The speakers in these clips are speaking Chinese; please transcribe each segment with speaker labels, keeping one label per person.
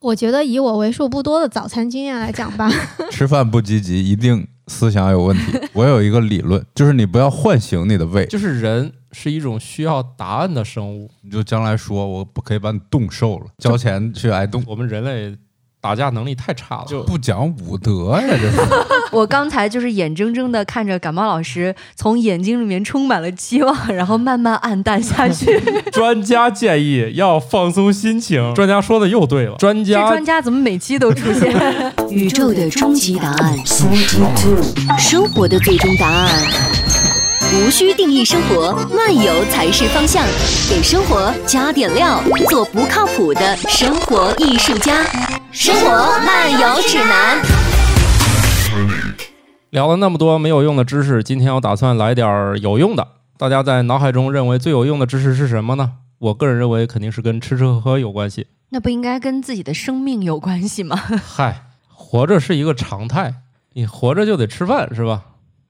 Speaker 1: 我觉得以我为数不多的早餐经验来讲吧，
Speaker 2: 吃饭不积极，一定思想有问题。我有一个理论，就是你不要唤醒你的胃，
Speaker 3: 就是人是一种需要答案的生物，
Speaker 2: 你就将来说我不可以把你冻瘦了，交钱去挨冻。
Speaker 3: 我们人类打架能力太差了， 就
Speaker 2: 不讲武德呀，这是
Speaker 4: 我刚才就是眼睁睁的看着感冒老师从眼睛里面充满了期望，然后慢慢暗淡下 去。
Speaker 3: 专家建议要放松心情。专家说的又对了，专
Speaker 4: 这
Speaker 3: 家
Speaker 4: 专家怎么每期都出现？
Speaker 5: 宇宙的终极答案，生活的最终答案。无需定义生活，漫游才是方向。给生活加点料，做不靠谱的生活艺术家。生活漫游指南。
Speaker 3: 聊了那么多没有用的知识，今天我打算来点儿有用的。大家在脑海中认为最有用的知识是什么呢？我个人认为肯定是跟吃吃喝喝有关 系。
Speaker 4: 那不应该跟自己的生命有关系吗？
Speaker 3: 嗨，活着是一个常态，你活着就得吃饭是吧？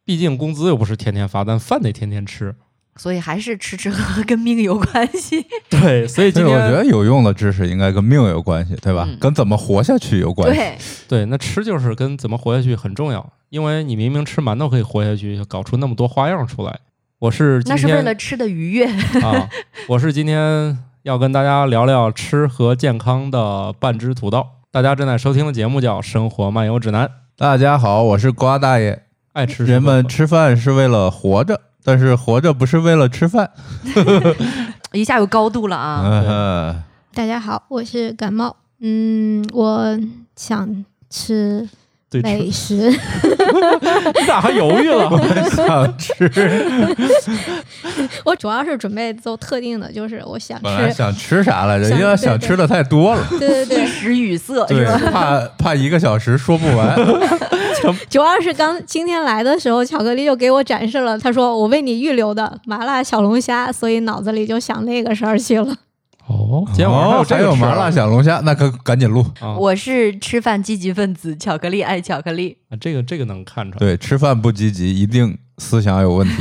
Speaker 3: 毕竟工资又不是天天发，但饭得天天吃。
Speaker 4: 所以还是吃吃喝喝跟命有关系。
Speaker 3: 对，所以
Speaker 2: 所
Speaker 3: 今
Speaker 2: 以我觉
Speaker 3: 天
Speaker 2: 得有用的知识应该跟命有关系，对吧？
Speaker 4: 嗯
Speaker 2: 跟怎么活下去有关系。
Speaker 4: 对，
Speaker 3: 对那吃就是跟怎么活下去很重要，因为你明明吃馒头可以活下去，搞出那么多花样出来。我是今
Speaker 4: 那是为
Speaker 3: 天
Speaker 4: 了吃的愉悦。
Speaker 3: 啊，我是今天要跟大家聊聊吃和健康的半只土豆。大家正在收听的节目叫《生活漫游指南》，
Speaker 2: 大家好，我是瓜大爷。
Speaker 3: 爱吃
Speaker 2: 人们
Speaker 3: 吃
Speaker 2: 吃饭是为了活着，但是活着不是为了吃饭。
Speaker 4: 一下有高度了啊！
Speaker 2: 嗯哼
Speaker 1: 大家好，我是感冒。嗯，我想吃
Speaker 3: 对吃，
Speaker 1: 美食，
Speaker 3: 你咋还犹豫了？
Speaker 2: 我想吃，
Speaker 1: 我主要是准备做特定的，就是我想
Speaker 2: 本来
Speaker 1: 吃，
Speaker 2: 想吃啥来着？
Speaker 1: 想
Speaker 2: 因为想吃的太多了，
Speaker 1: 对对对
Speaker 4: 一，时语塞
Speaker 2: 对
Speaker 4: 是吧？，
Speaker 2: 怕怕一个小时说不完。
Speaker 1: 主要是刚今天来的时候，巧克力就给我展示了，他说我为你预留的麻辣小龙虾，所以脑子里就想那个事儿去了。
Speaker 3: 哦， 今天晚 上
Speaker 2: 哦
Speaker 3: 这
Speaker 2: 还
Speaker 3: 个
Speaker 2: 有
Speaker 3: 吃
Speaker 1: 啊
Speaker 2: 麻辣小龙虾，那可赶 紧录。
Speaker 3: 啊，
Speaker 4: 我是吃饭积极分子，巧克力爱巧克力。
Speaker 3: 啊这个这个能看出来，
Speaker 2: 对，吃饭不积极，一定思想有 问题，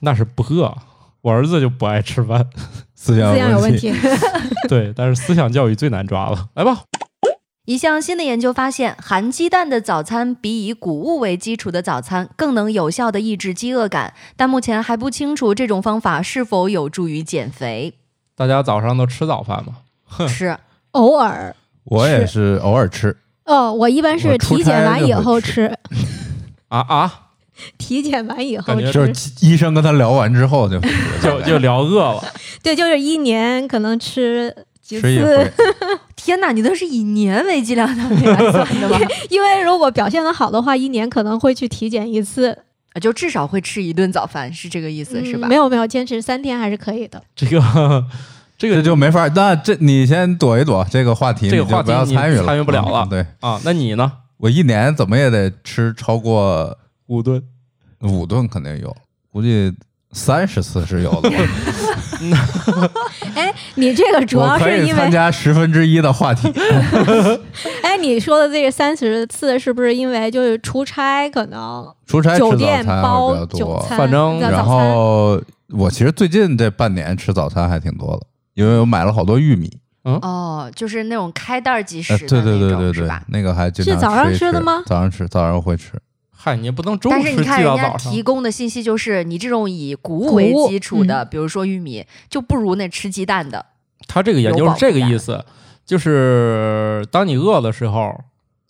Speaker 3: 那是不饿。我儿子就不爱吃饭，
Speaker 2: 思想
Speaker 1: 思想有问。题，
Speaker 3: 对，但是思想教育最难抓了。来吧，
Speaker 4: 一项新的研究发现，含鸡蛋的早餐比以谷物为基础的早餐更能有效地抑制饥饿感，但目前还不清楚这种方法是否有助于减肥。
Speaker 3: 大家早上都吃早饭吗？
Speaker 4: 是，
Speaker 1: 偶尔。
Speaker 2: 我也是偶尔吃，
Speaker 1: 哦，我一般是
Speaker 2: 我出
Speaker 1: 体
Speaker 2: 差
Speaker 1: 检完以后
Speaker 2: 就会
Speaker 1: 吃，
Speaker 3: 啊啊，
Speaker 1: 体检完以后
Speaker 3: 感觉
Speaker 1: 吃，
Speaker 2: 就是医生跟他聊完 之后就
Speaker 3: 就就聊饿了。
Speaker 1: 对，就是一年可能吃几
Speaker 2: 吃一
Speaker 1: 次
Speaker 2: 回，。
Speaker 4: 天哪，你都是以年为计量单位来算的吗？
Speaker 1: 因为如果表现的好的话，一年可能会去体检一次，
Speaker 4: 啊就至少会吃一顿早饭，是这个意思，是吧？
Speaker 1: 嗯没有没有，坚持三天还是可以的。
Speaker 3: 这个这
Speaker 2: 这
Speaker 3: 个
Speaker 2: 就没法。那这你先躲一躲这个话题，
Speaker 3: 这个
Speaker 2: 你就
Speaker 3: 话题
Speaker 2: 不要
Speaker 3: 你
Speaker 2: 参与了，
Speaker 3: 参与不了了
Speaker 2: 嗯对
Speaker 3: 啊，那你呢？
Speaker 2: 我一年怎么也得吃超过
Speaker 3: 五顿。
Speaker 2: 五顿，肯定有，估计三十次是有的。
Speaker 1: 哎，你这个 主
Speaker 2: 我
Speaker 1: 要
Speaker 2: 可
Speaker 1: 是
Speaker 2: 以
Speaker 1: 因
Speaker 2: 参
Speaker 1: 为，
Speaker 2: 加十分之一的话题，
Speaker 1: 哎，你说的这个三十次是不是因为就是出差可能
Speaker 2: 出差
Speaker 1: 酒
Speaker 2: 吃早
Speaker 1: 店
Speaker 2: 餐会比较
Speaker 1: 包酒
Speaker 2: 多。
Speaker 1: 餐，
Speaker 3: 反正
Speaker 1: 在早
Speaker 2: 然
Speaker 1: 餐
Speaker 2: 后我其实最近这半年吃早餐还挺多的，因为我买了好多玉米。
Speaker 4: 哦，就是那种开袋儿即食
Speaker 2: 哎，
Speaker 4: 的
Speaker 2: 对
Speaker 4: 那种，
Speaker 2: 对对对
Speaker 4: 是
Speaker 2: 对
Speaker 4: 吧，？
Speaker 2: 那个还经
Speaker 1: 是
Speaker 2: 常
Speaker 1: 早上
Speaker 2: 一
Speaker 1: 吃的吗嗯
Speaker 2: 早上吃，早上会吃。
Speaker 3: 嗨，你也不能中午
Speaker 4: 但是
Speaker 3: 吃
Speaker 4: 你看
Speaker 3: 记
Speaker 4: 人
Speaker 3: 到
Speaker 4: 家
Speaker 3: 早上
Speaker 4: 提。供的信息就是，你这种以谷
Speaker 1: 谷
Speaker 4: 物为
Speaker 1: 物
Speaker 4: 基础的，比如说玉米，就不如那吃鸡蛋的。
Speaker 3: 他这个研究是这个意思，就是当你饿的时候，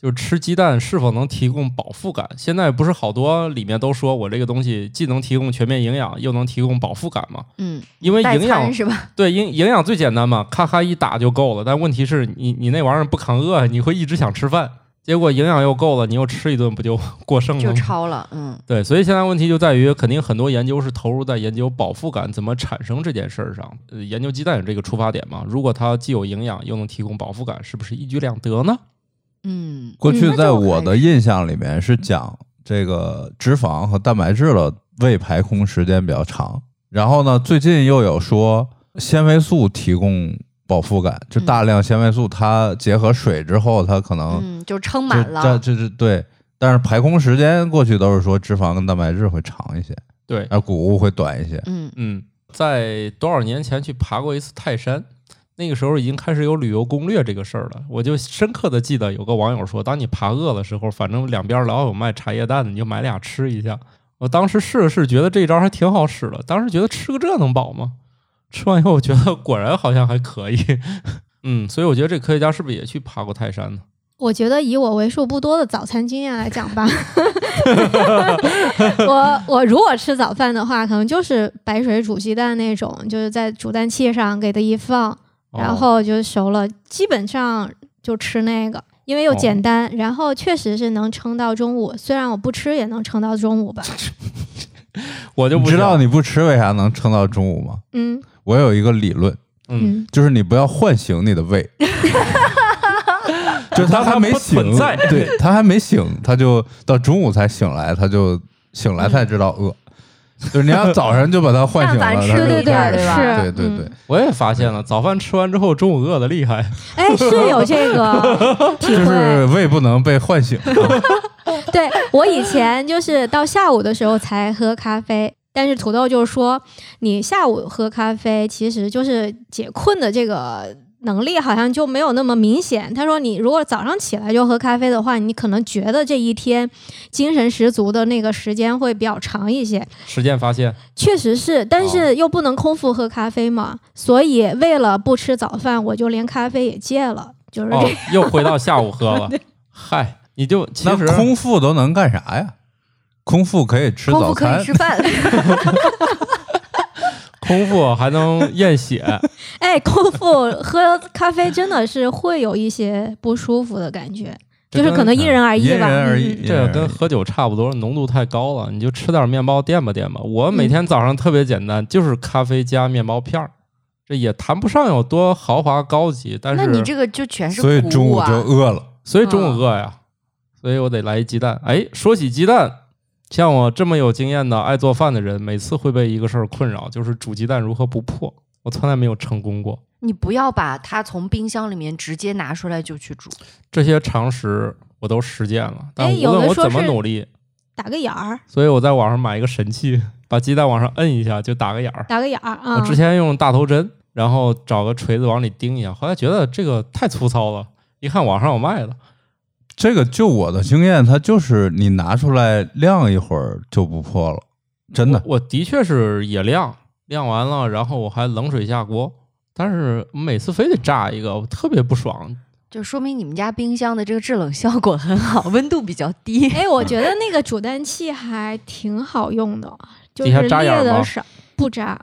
Speaker 3: 就吃鸡蛋是否能提供饱腹感？现在不是好多里面都说我这个东西既能提供全面营养，又能提供饱腹感吗？
Speaker 4: 嗯，
Speaker 3: 因为
Speaker 4: 代
Speaker 3: 营养
Speaker 4: 餐是吧？
Speaker 3: 对营营养最简单嘛，咔咔一打就够了。但问题是你你那玩意儿不扛饿，你会一直想吃饭，结果营养又够了，你又吃一顿不就过剩了
Speaker 4: 就
Speaker 3: 吗？
Speaker 4: 超了，嗯，
Speaker 3: 对，所以现在问题就在于，肯定很多研究是投入在研究饱腹感怎么产生这件事儿上。呃，研究鸡蛋有这个出发点嘛？如果它既有营养又能提供饱腹感，是不是一举两得呢？
Speaker 4: 嗯，
Speaker 2: 过去
Speaker 4: 那
Speaker 2: 在
Speaker 4: 就
Speaker 2: 我
Speaker 4: 还
Speaker 2: 的
Speaker 4: 是
Speaker 2: 印象里面是讲这个脂肪和蛋白质的胃排空时间比较长，然后呢，最近又有说纤维素提供饱腹感，就
Speaker 4: 嗯
Speaker 2: 大量纤维素它结合水之后，它可能
Speaker 4: 嗯，就撑
Speaker 2: 啊就
Speaker 4: 满
Speaker 2: 这
Speaker 4: 了。
Speaker 2: 这这对，但是排空时间过去都是说脂肪跟蛋白质会长一些，
Speaker 3: 对，
Speaker 2: 而谷物会短一些。
Speaker 4: 嗯，
Speaker 3: 嗯，在多少年前去爬过一次泰山，那个时候已经开始有旅游攻略这个事儿了，我就深刻的记得有个网友说，当你爬饿的时候，反正两边老有卖茶叶蛋的，你就买俩吃一下。我当时试了试，觉得这一招还挺好使的。当时觉得吃个这能饱吗？吃完以后，我觉得果然好像还可以。 嗯，所以我觉得这科学家是不是也去爬过泰山呢？
Speaker 1: 我觉得以我为数不多的早餐经验来讲吧，我我如果吃早饭的话，可能就是白水煮鸡蛋那种，就是在煮蛋器上给它一放，
Speaker 3: 哦
Speaker 1: 然后就熟了，基本上就吃那个，因为又简单，然后确实是能撑到中午，虽然我不吃也能撑到中午吧。
Speaker 3: 我就
Speaker 2: 你
Speaker 3: 不
Speaker 2: 知道
Speaker 3: 你，
Speaker 2: 你不吃为啥能撑到中午吗？
Speaker 1: 嗯
Speaker 2: 我有一个理论，
Speaker 3: 嗯，
Speaker 1: 嗯，
Speaker 2: 就是你不要唤醒你的 胃，就他
Speaker 3: 当它
Speaker 2: 还没
Speaker 3: 不存
Speaker 2: 醒，
Speaker 3: 在
Speaker 2: 对他还没醒，他就到中午才醒来，他就醒来才知道饿。就是你要早上就把他唤醒了，
Speaker 4: 但
Speaker 2: 他
Speaker 4: 凡吃
Speaker 2: 就
Speaker 4: 了
Speaker 1: 对
Speaker 4: 一点
Speaker 2: 开
Speaker 4: 儿
Speaker 2: 始
Speaker 4: 对吧
Speaker 1: 是，
Speaker 2: 对对
Speaker 1: 嗯
Speaker 2: 对，
Speaker 3: 我也发现了，早饭吃完之后，中午饿的厉害。
Speaker 1: 哎，是有这个体
Speaker 2: 就
Speaker 3: 嗯
Speaker 1: 会。
Speaker 2: 是胃不能被唤 醒。
Speaker 1: 对我以前就是到下午的时候才喝咖啡，但是土豆就说，你下午喝咖啡其实就是解困的这个。能力好像就没有那么明显。他说，你如果早上起来就喝咖啡的话，你可能觉得这一天精神十足的那个时间会比较长一些。
Speaker 3: 实践发现，
Speaker 1: 确实是，但
Speaker 3: 哦
Speaker 1: 是又不能空腹喝咖啡嘛，所以为了不吃早饭，我就连咖啡也戒了，就是这
Speaker 3: 哦，又回到下午喝 了。嗨，你就其
Speaker 2: 那
Speaker 3: 实
Speaker 2: 空腹都能干啥呀？空腹可以吃
Speaker 4: 空
Speaker 2: 早
Speaker 4: 腹可
Speaker 2: 餐
Speaker 4: 以，吃饭，
Speaker 3: 空腹还能验血，
Speaker 1: 哎，空腹喝咖啡真的是会有一些不舒服的感觉，
Speaker 3: 这
Speaker 1: 就是
Speaker 3: 跟
Speaker 1: 可能因人而异
Speaker 2: 因人
Speaker 1: 吧。
Speaker 2: 而
Speaker 1: 嗯嗯。
Speaker 2: 异因人
Speaker 3: 这
Speaker 2: 而
Speaker 3: 跟
Speaker 2: 异
Speaker 3: 喝酒差不多，浓度太高了，你就吃点面包垫吧垫吧。我每天早上特别简单，就是咖啡加面包片儿，这也谈不上有多豪华高级，但
Speaker 4: 那你
Speaker 3: 是
Speaker 4: 这个就嗯全是
Speaker 2: 所以中
Speaker 4: 糊
Speaker 2: 午
Speaker 4: 啊
Speaker 2: 就饿了。
Speaker 3: 所以中午饿呀，所以我得来一鸡蛋。哎，说起鸡蛋，像我这么有经验的爱做饭的人，每次会被一个事儿困扰，就是煮鸡蛋如何不破，我从来没有成功过。
Speaker 4: 你不要把它从冰箱里面直接拿出来就去煮，
Speaker 3: 这些常识我都实践了，但
Speaker 1: 哎
Speaker 3: 无
Speaker 1: 有的
Speaker 3: 论我
Speaker 1: 说
Speaker 3: 怎么
Speaker 1: 是
Speaker 3: 努力，
Speaker 1: 打个眼儿，
Speaker 3: 所以我在网上买一个神器， 把鸡蛋往上摁一下就打个眼儿。
Speaker 1: 打个眼儿啊！
Speaker 3: 我之前用大头针，然后找个锤子往里钉一下，后来觉得这个太粗糙了，一看网上有卖的，
Speaker 2: 这个就我的经验，它就是你拿出来晾一会儿就不破了，真的。
Speaker 3: 我我的确是也晾晾完了，然后我还冷水下锅，但是每次非得炸一个，我特别不爽。
Speaker 4: 就说明你们家冰箱的这个制冷效果很好，温度比较低。
Speaker 2: 嗯
Speaker 1: 哎，我觉得那个煮蛋器还挺好用的，就
Speaker 3: 底
Speaker 1: 是
Speaker 3: 下扎眼
Speaker 1: 裂
Speaker 3: 儿吗
Speaker 1: 的少，不扎。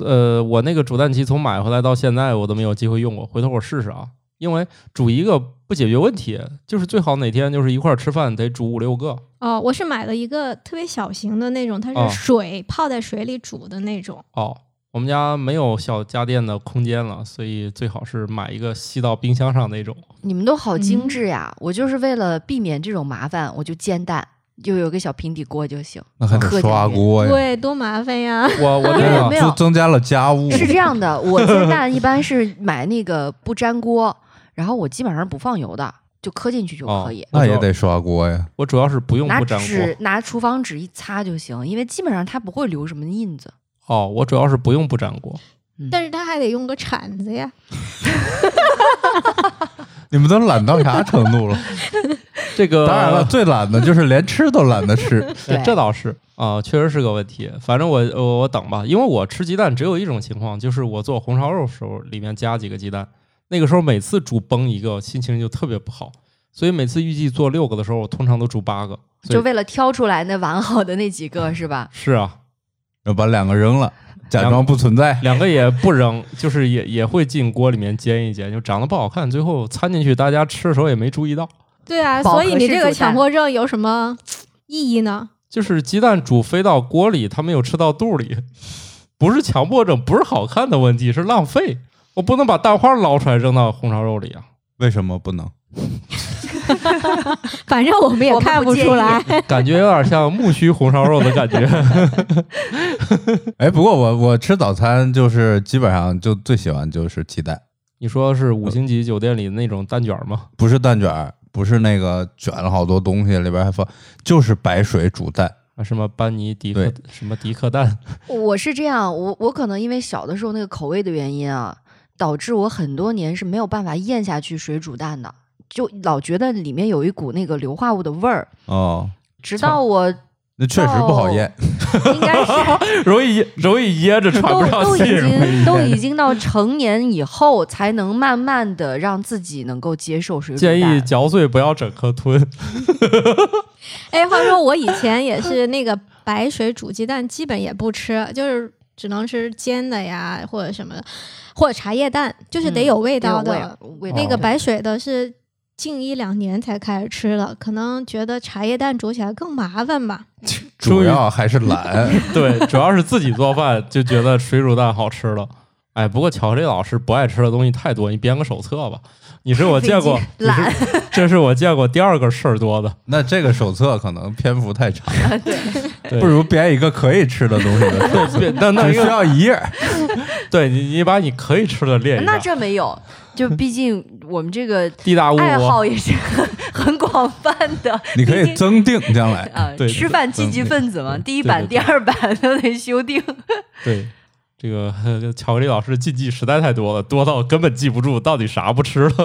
Speaker 3: 呃，我那个煮蛋器从买回来到现在，我都没有机会用过，回头我试试啊。因为煮一个不解决问题，就是最好哪天就是一块儿吃饭得煮五六个。
Speaker 1: 哦，我是买了一个特别小型的那种，它
Speaker 3: 哦
Speaker 1: 是水、泡在水里煮的那种。
Speaker 3: 哦，我们家没有小家电的空间了，所以最好是买一个吸到冰箱上那种。
Speaker 4: 你们都好
Speaker 2: 嗯
Speaker 4: 精致呀！我就是为了避免这种麻烦，我就煎蛋，就有个小平底锅就行。
Speaker 2: 那还得刷锅呀，
Speaker 1: 对，多麻烦呀！
Speaker 3: 我我那
Speaker 4: 没有
Speaker 3: 个
Speaker 4: 没有
Speaker 2: 就增加了家务。
Speaker 4: 是这样的，我煎蛋一般是买那个不粘锅，然后我基本上不放油的，就磕进去就
Speaker 2: 哦
Speaker 4: 可以。
Speaker 2: 那也得刷锅呀。
Speaker 3: 我主要是不用
Speaker 4: 拿
Speaker 3: 不粘锅
Speaker 4: 纸。拿厨房纸一擦就行，因为基本上它不会留什么印子。
Speaker 3: 哦，我主要是不用不粘锅。
Speaker 1: 但是它还得用个铲子呀。
Speaker 2: 你们都懒到啥程度 了？
Speaker 3: 这个
Speaker 2: 当然了，，最懒的就是连吃都懒得吃。
Speaker 4: 对
Speaker 3: 这倒是啊、确实是个问题。反正我我我等吧，因为我吃鸡蛋只有一种情况，就是我做红烧肉的时候里面加几个鸡蛋，那个时候每次煮崩一个，心情就特别不好。所以每次预计做六个的时候，我通常都煮八个。所
Speaker 4: 就
Speaker 3: 以
Speaker 4: 为了挑出来那完好的那几个是 吧？
Speaker 3: 是啊，
Speaker 2: 要把两个扔了，假装不存在。
Speaker 3: 两个也不扔，就是也也会进锅里面煎一煎，就长得不好看，最后掺进去，大家吃的时候也没注意到。
Speaker 1: 对啊，
Speaker 4: 饱
Speaker 1: 所以
Speaker 4: 和
Speaker 1: 你这
Speaker 4: 式
Speaker 1: 个
Speaker 4: 煮蛋
Speaker 1: 强迫症有什么意义呢？
Speaker 3: 就是鸡蛋煮飞到锅里，它没有吃到肚里，不是强迫症，不是好看的问题，是浪费。我不能把蛋花捞出来扔到红烧肉里啊，
Speaker 2: 为什么不 能？
Speaker 1: 反正我们也
Speaker 4: 我们
Speaker 1: 看
Speaker 4: 不介
Speaker 1: 出
Speaker 4: 意
Speaker 1: 来。
Speaker 3: 感觉有点像木须红烧肉的感觉。
Speaker 2: 哎，不过我我吃早餐就是基本上就最喜欢就是鸡蛋，
Speaker 3: 你说是五星级酒店里那种蛋卷吗？
Speaker 2: 不是蛋卷儿，不是那个卷了好多东西里边还放，就是白水煮蛋。
Speaker 3: 啊，什么班尼迪克
Speaker 2: 对
Speaker 3: 什么迪克蛋？
Speaker 4: 我是这样，我我可能因为小的时候那个口味的原因啊，导致我很多年是没有办法咽下去水煮蛋的，就老觉得里面有一股那个硫化物的味儿，
Speaker 2: 哦，
Speaker 4: 直到我
Speaker 2: 那确实不
Speaker 4: 哦
Speaker 2: 好咽。
Speaker 4: 应 该是
Speaker 3: 容易容易噎着喘
Speaker 4: 都
Speaker 3: 不上
Speaker 4: 都已
Speaker 3: 气，容 易
Speaker 4: 经
Speaker 3: 噎
Speaker 4: 都已经到成年以后，才能慢慢的让自己能够接受水煮蛋。
Speaker 3: 建议嚼碎不要整颗吞。
Speaker 1: 哎，话说我以前也是那个白水煮鸡蛋，基本也不吃，就是只能吃煎的呀，或者什么的，或者茶叶蛋，就是得
Speaker 4: 嗯
Speaker 1: 有味
Speaker 4: 得有
Speaker 1: 道
Speaker 4: 味
Speaker 1: 的。
Speaker 4: 儿味道
Speaker 1: 那
Speaker 3: 哦
Speaker 1: 个
Speaker 4: 对
Speaker 1: 白水的是近一两年才开始吃的，可能觉得茶叶蛋煮起来更麻烦吧。
Speaker 2: 主要还是懒，
Speaker 3: 对，主要是自己做饭就觉得水煮蛋好吃了。哎，不过巧克力老师不爱吃的东西太多，你编个手册吧。你是我见 过，你
Speaker 4: 懒
Speaker 3: 是这是我见过第二个事儿多的。
Speaker 2: 那这个手册可能篇幅太长，
Speaker 3: 对
Speaker 2: 不如编一个可以吃的东西 的手册，
Speaker 3: 对，那那
Speaker 2: 只需
Speaker 3: 应该
Speaker 2: 要一页。
Speaker 3: 对你，你把你可以吃的列一
Speaker 4: 那
Speaker 3: 下。
Speaker 4: 这没有， 就毕竟我们这个
Speaker 3: 地大物啊
Speaker 4: 爱
Speaker 3: 博，
Speaker 4: 好也是很很广泛的。
Speaker 2: 你可以增订将来。
Speaker 4: 啊，
Speaker 3: 对
Speaker 4: 吃饭积极分子嘛，
Speaker 3: 对
Speaker 4: 第一版、
Speaker 3: 对对
Speaker 4: 第二版都得 修订。哦
Speaker 3: 对这个 呃巧克力老师的禁忌实在太多了，多到根本记不住到底啥不吃了。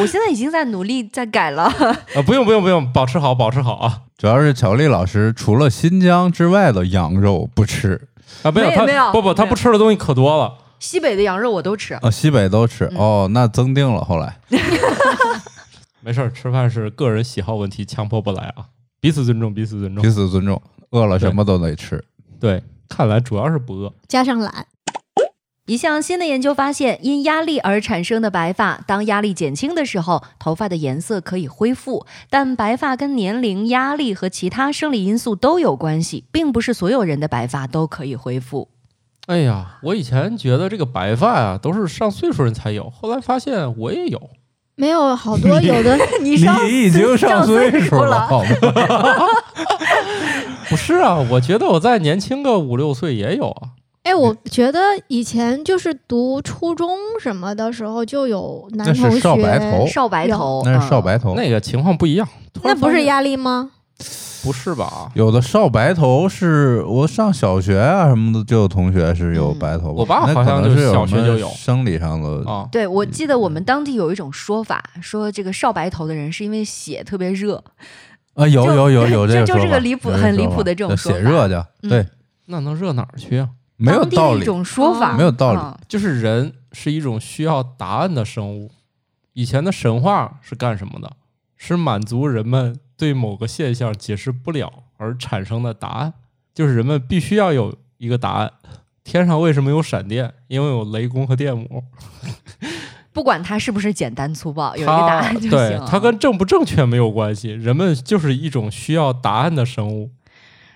Speaker 4: 我现在已经在努力在改了，
Speaker 3: 啊，不用不用不用，保持好保持好啊
Speaker 2: 主要是巧克力老师除了新疆之外的羊肉不吃
Speaker 3: 啊！没
Speaker 4: 没有
Speaker 3: 他
Speaker 4: 没有
Speaker 3: 不不，他
Speaker 4: 没
Speaker 3: 不
Speaker 4: 有
Speaker 3: 吃的东西可多了。
Speaker 4: 西北的羊肉我都吃。
Speaker 2: 啊，西北都吃
Speaker 4: 嗯
Speaker 2: 哦，那增订了。后来
Speaker 3: 没事儿，吃饭是个人喜好问题，强迫不来啊。彼此尊重，彼此尊重
Speaker 2: 彼。此尊重，饿了什么都得吃。
Speaker 3: 对，看来主要是不饿。
Speaker 1: 加上懒，
Speaker 4: 一项新的研究发现，因压力而产生的白发，当压力减轻的时候，头发的颜色可以恢复。但白发跟年龄、压力和其他生理因素都有关系，并不是所有人的白发都可以恢复。
Speaker 3: 哎呀，我以前觉得这个白发啊都是上岁数人才有，后来发现我也有。
Speaker 1: 没有好多有 的
Speaker 4: 你
Speaker 2: 你已经上岁数了，
Speaker 4: 了，
Speaker 2: 好吗？
Speaker 3: 不是啊，我觉得我再年轻个五六岁也有啊。
Speaker 1: 哎，我觉得以前就是读初中什么的时候，就有男
Speaker 2: 那是
Speaker 1: 同学
Speaker 2: 少白头
Speaker 4: 少白头，
Speaker 2: 那是少白
Speaker 4: 嗯
Speaker 2: 头，
Speaker 3: 哦那个情况不一样，突
Speaker 1: 那
Speaker 3: 然
Speaker 1: 不
Speaker 3: 发
Speaker 1: 是
Speaker 3: 现
Speaker 1: 压力吗？
Speaker 3: 不是吧？
Speaker 2: 有的少白头是我上小学啊什么的，就有同学是有白头发。
Speaker 3: 我爸
Speaker 2: 那
Speaker 3: 好像
Speaker 2: 可能
Speaker 3: 就是小学
Speaker 2: 什么
Speaker 3: 就有
Speaker 2: 生理上的
Speaker 3: 啊，
Speaker 4: 对，我记得我们当地有一种说法，说这个少白头的人是因为血特别热，
Speaker 2: 啊，有
Speaker 4: 就
Speaker 2: 有有有
Speaker 4: 就
Speaker 2: 这
Speaker 4: 就
Speaker 2: 说
Speaker 4: 这个
Speaker 2: 法
Speaker 4: 离谱
Speaker 2: 有
Speaker 4: 很离
Speaker 2: 说
Speaker 4: 谱
Speaker 2: 法
Speaker 4: 的这种
Speaker 2: 叫
Speaker 4: 说
Speaker 2: 血
Speaker 4: 法
Speaker 2: 热去，
Speaker 4: 嗯
Speaker 2: 对，
Speaker 3: 那能热哪儿去啊？
Speaker 2: 没有
Speaker 4: 当地
Speaker 2: 道
Speaker 4: 的一
Speaker 2: 理，
Speaker 4: 种说法，
Speaker 2: 没有道理
Speaker 4: 嗯
Speaker 3: 就是人是一种需要答案的生物。以前的神话是干什么的？是满足人们对某个现象解释不了而产生的答案，就是人们必须要有一个答案。天上为什么有闪电？因为有雷公和电母。
Speaker 4: 不管它是不是简单粗哦暴，有一个答
Speaker 3: 它
Speaker 4: 案就行
Speaker 3: 对
Speaker 4: 了。
Speaker 3: 它跟正不正确没有关系，人们就是一种需要答案的生物。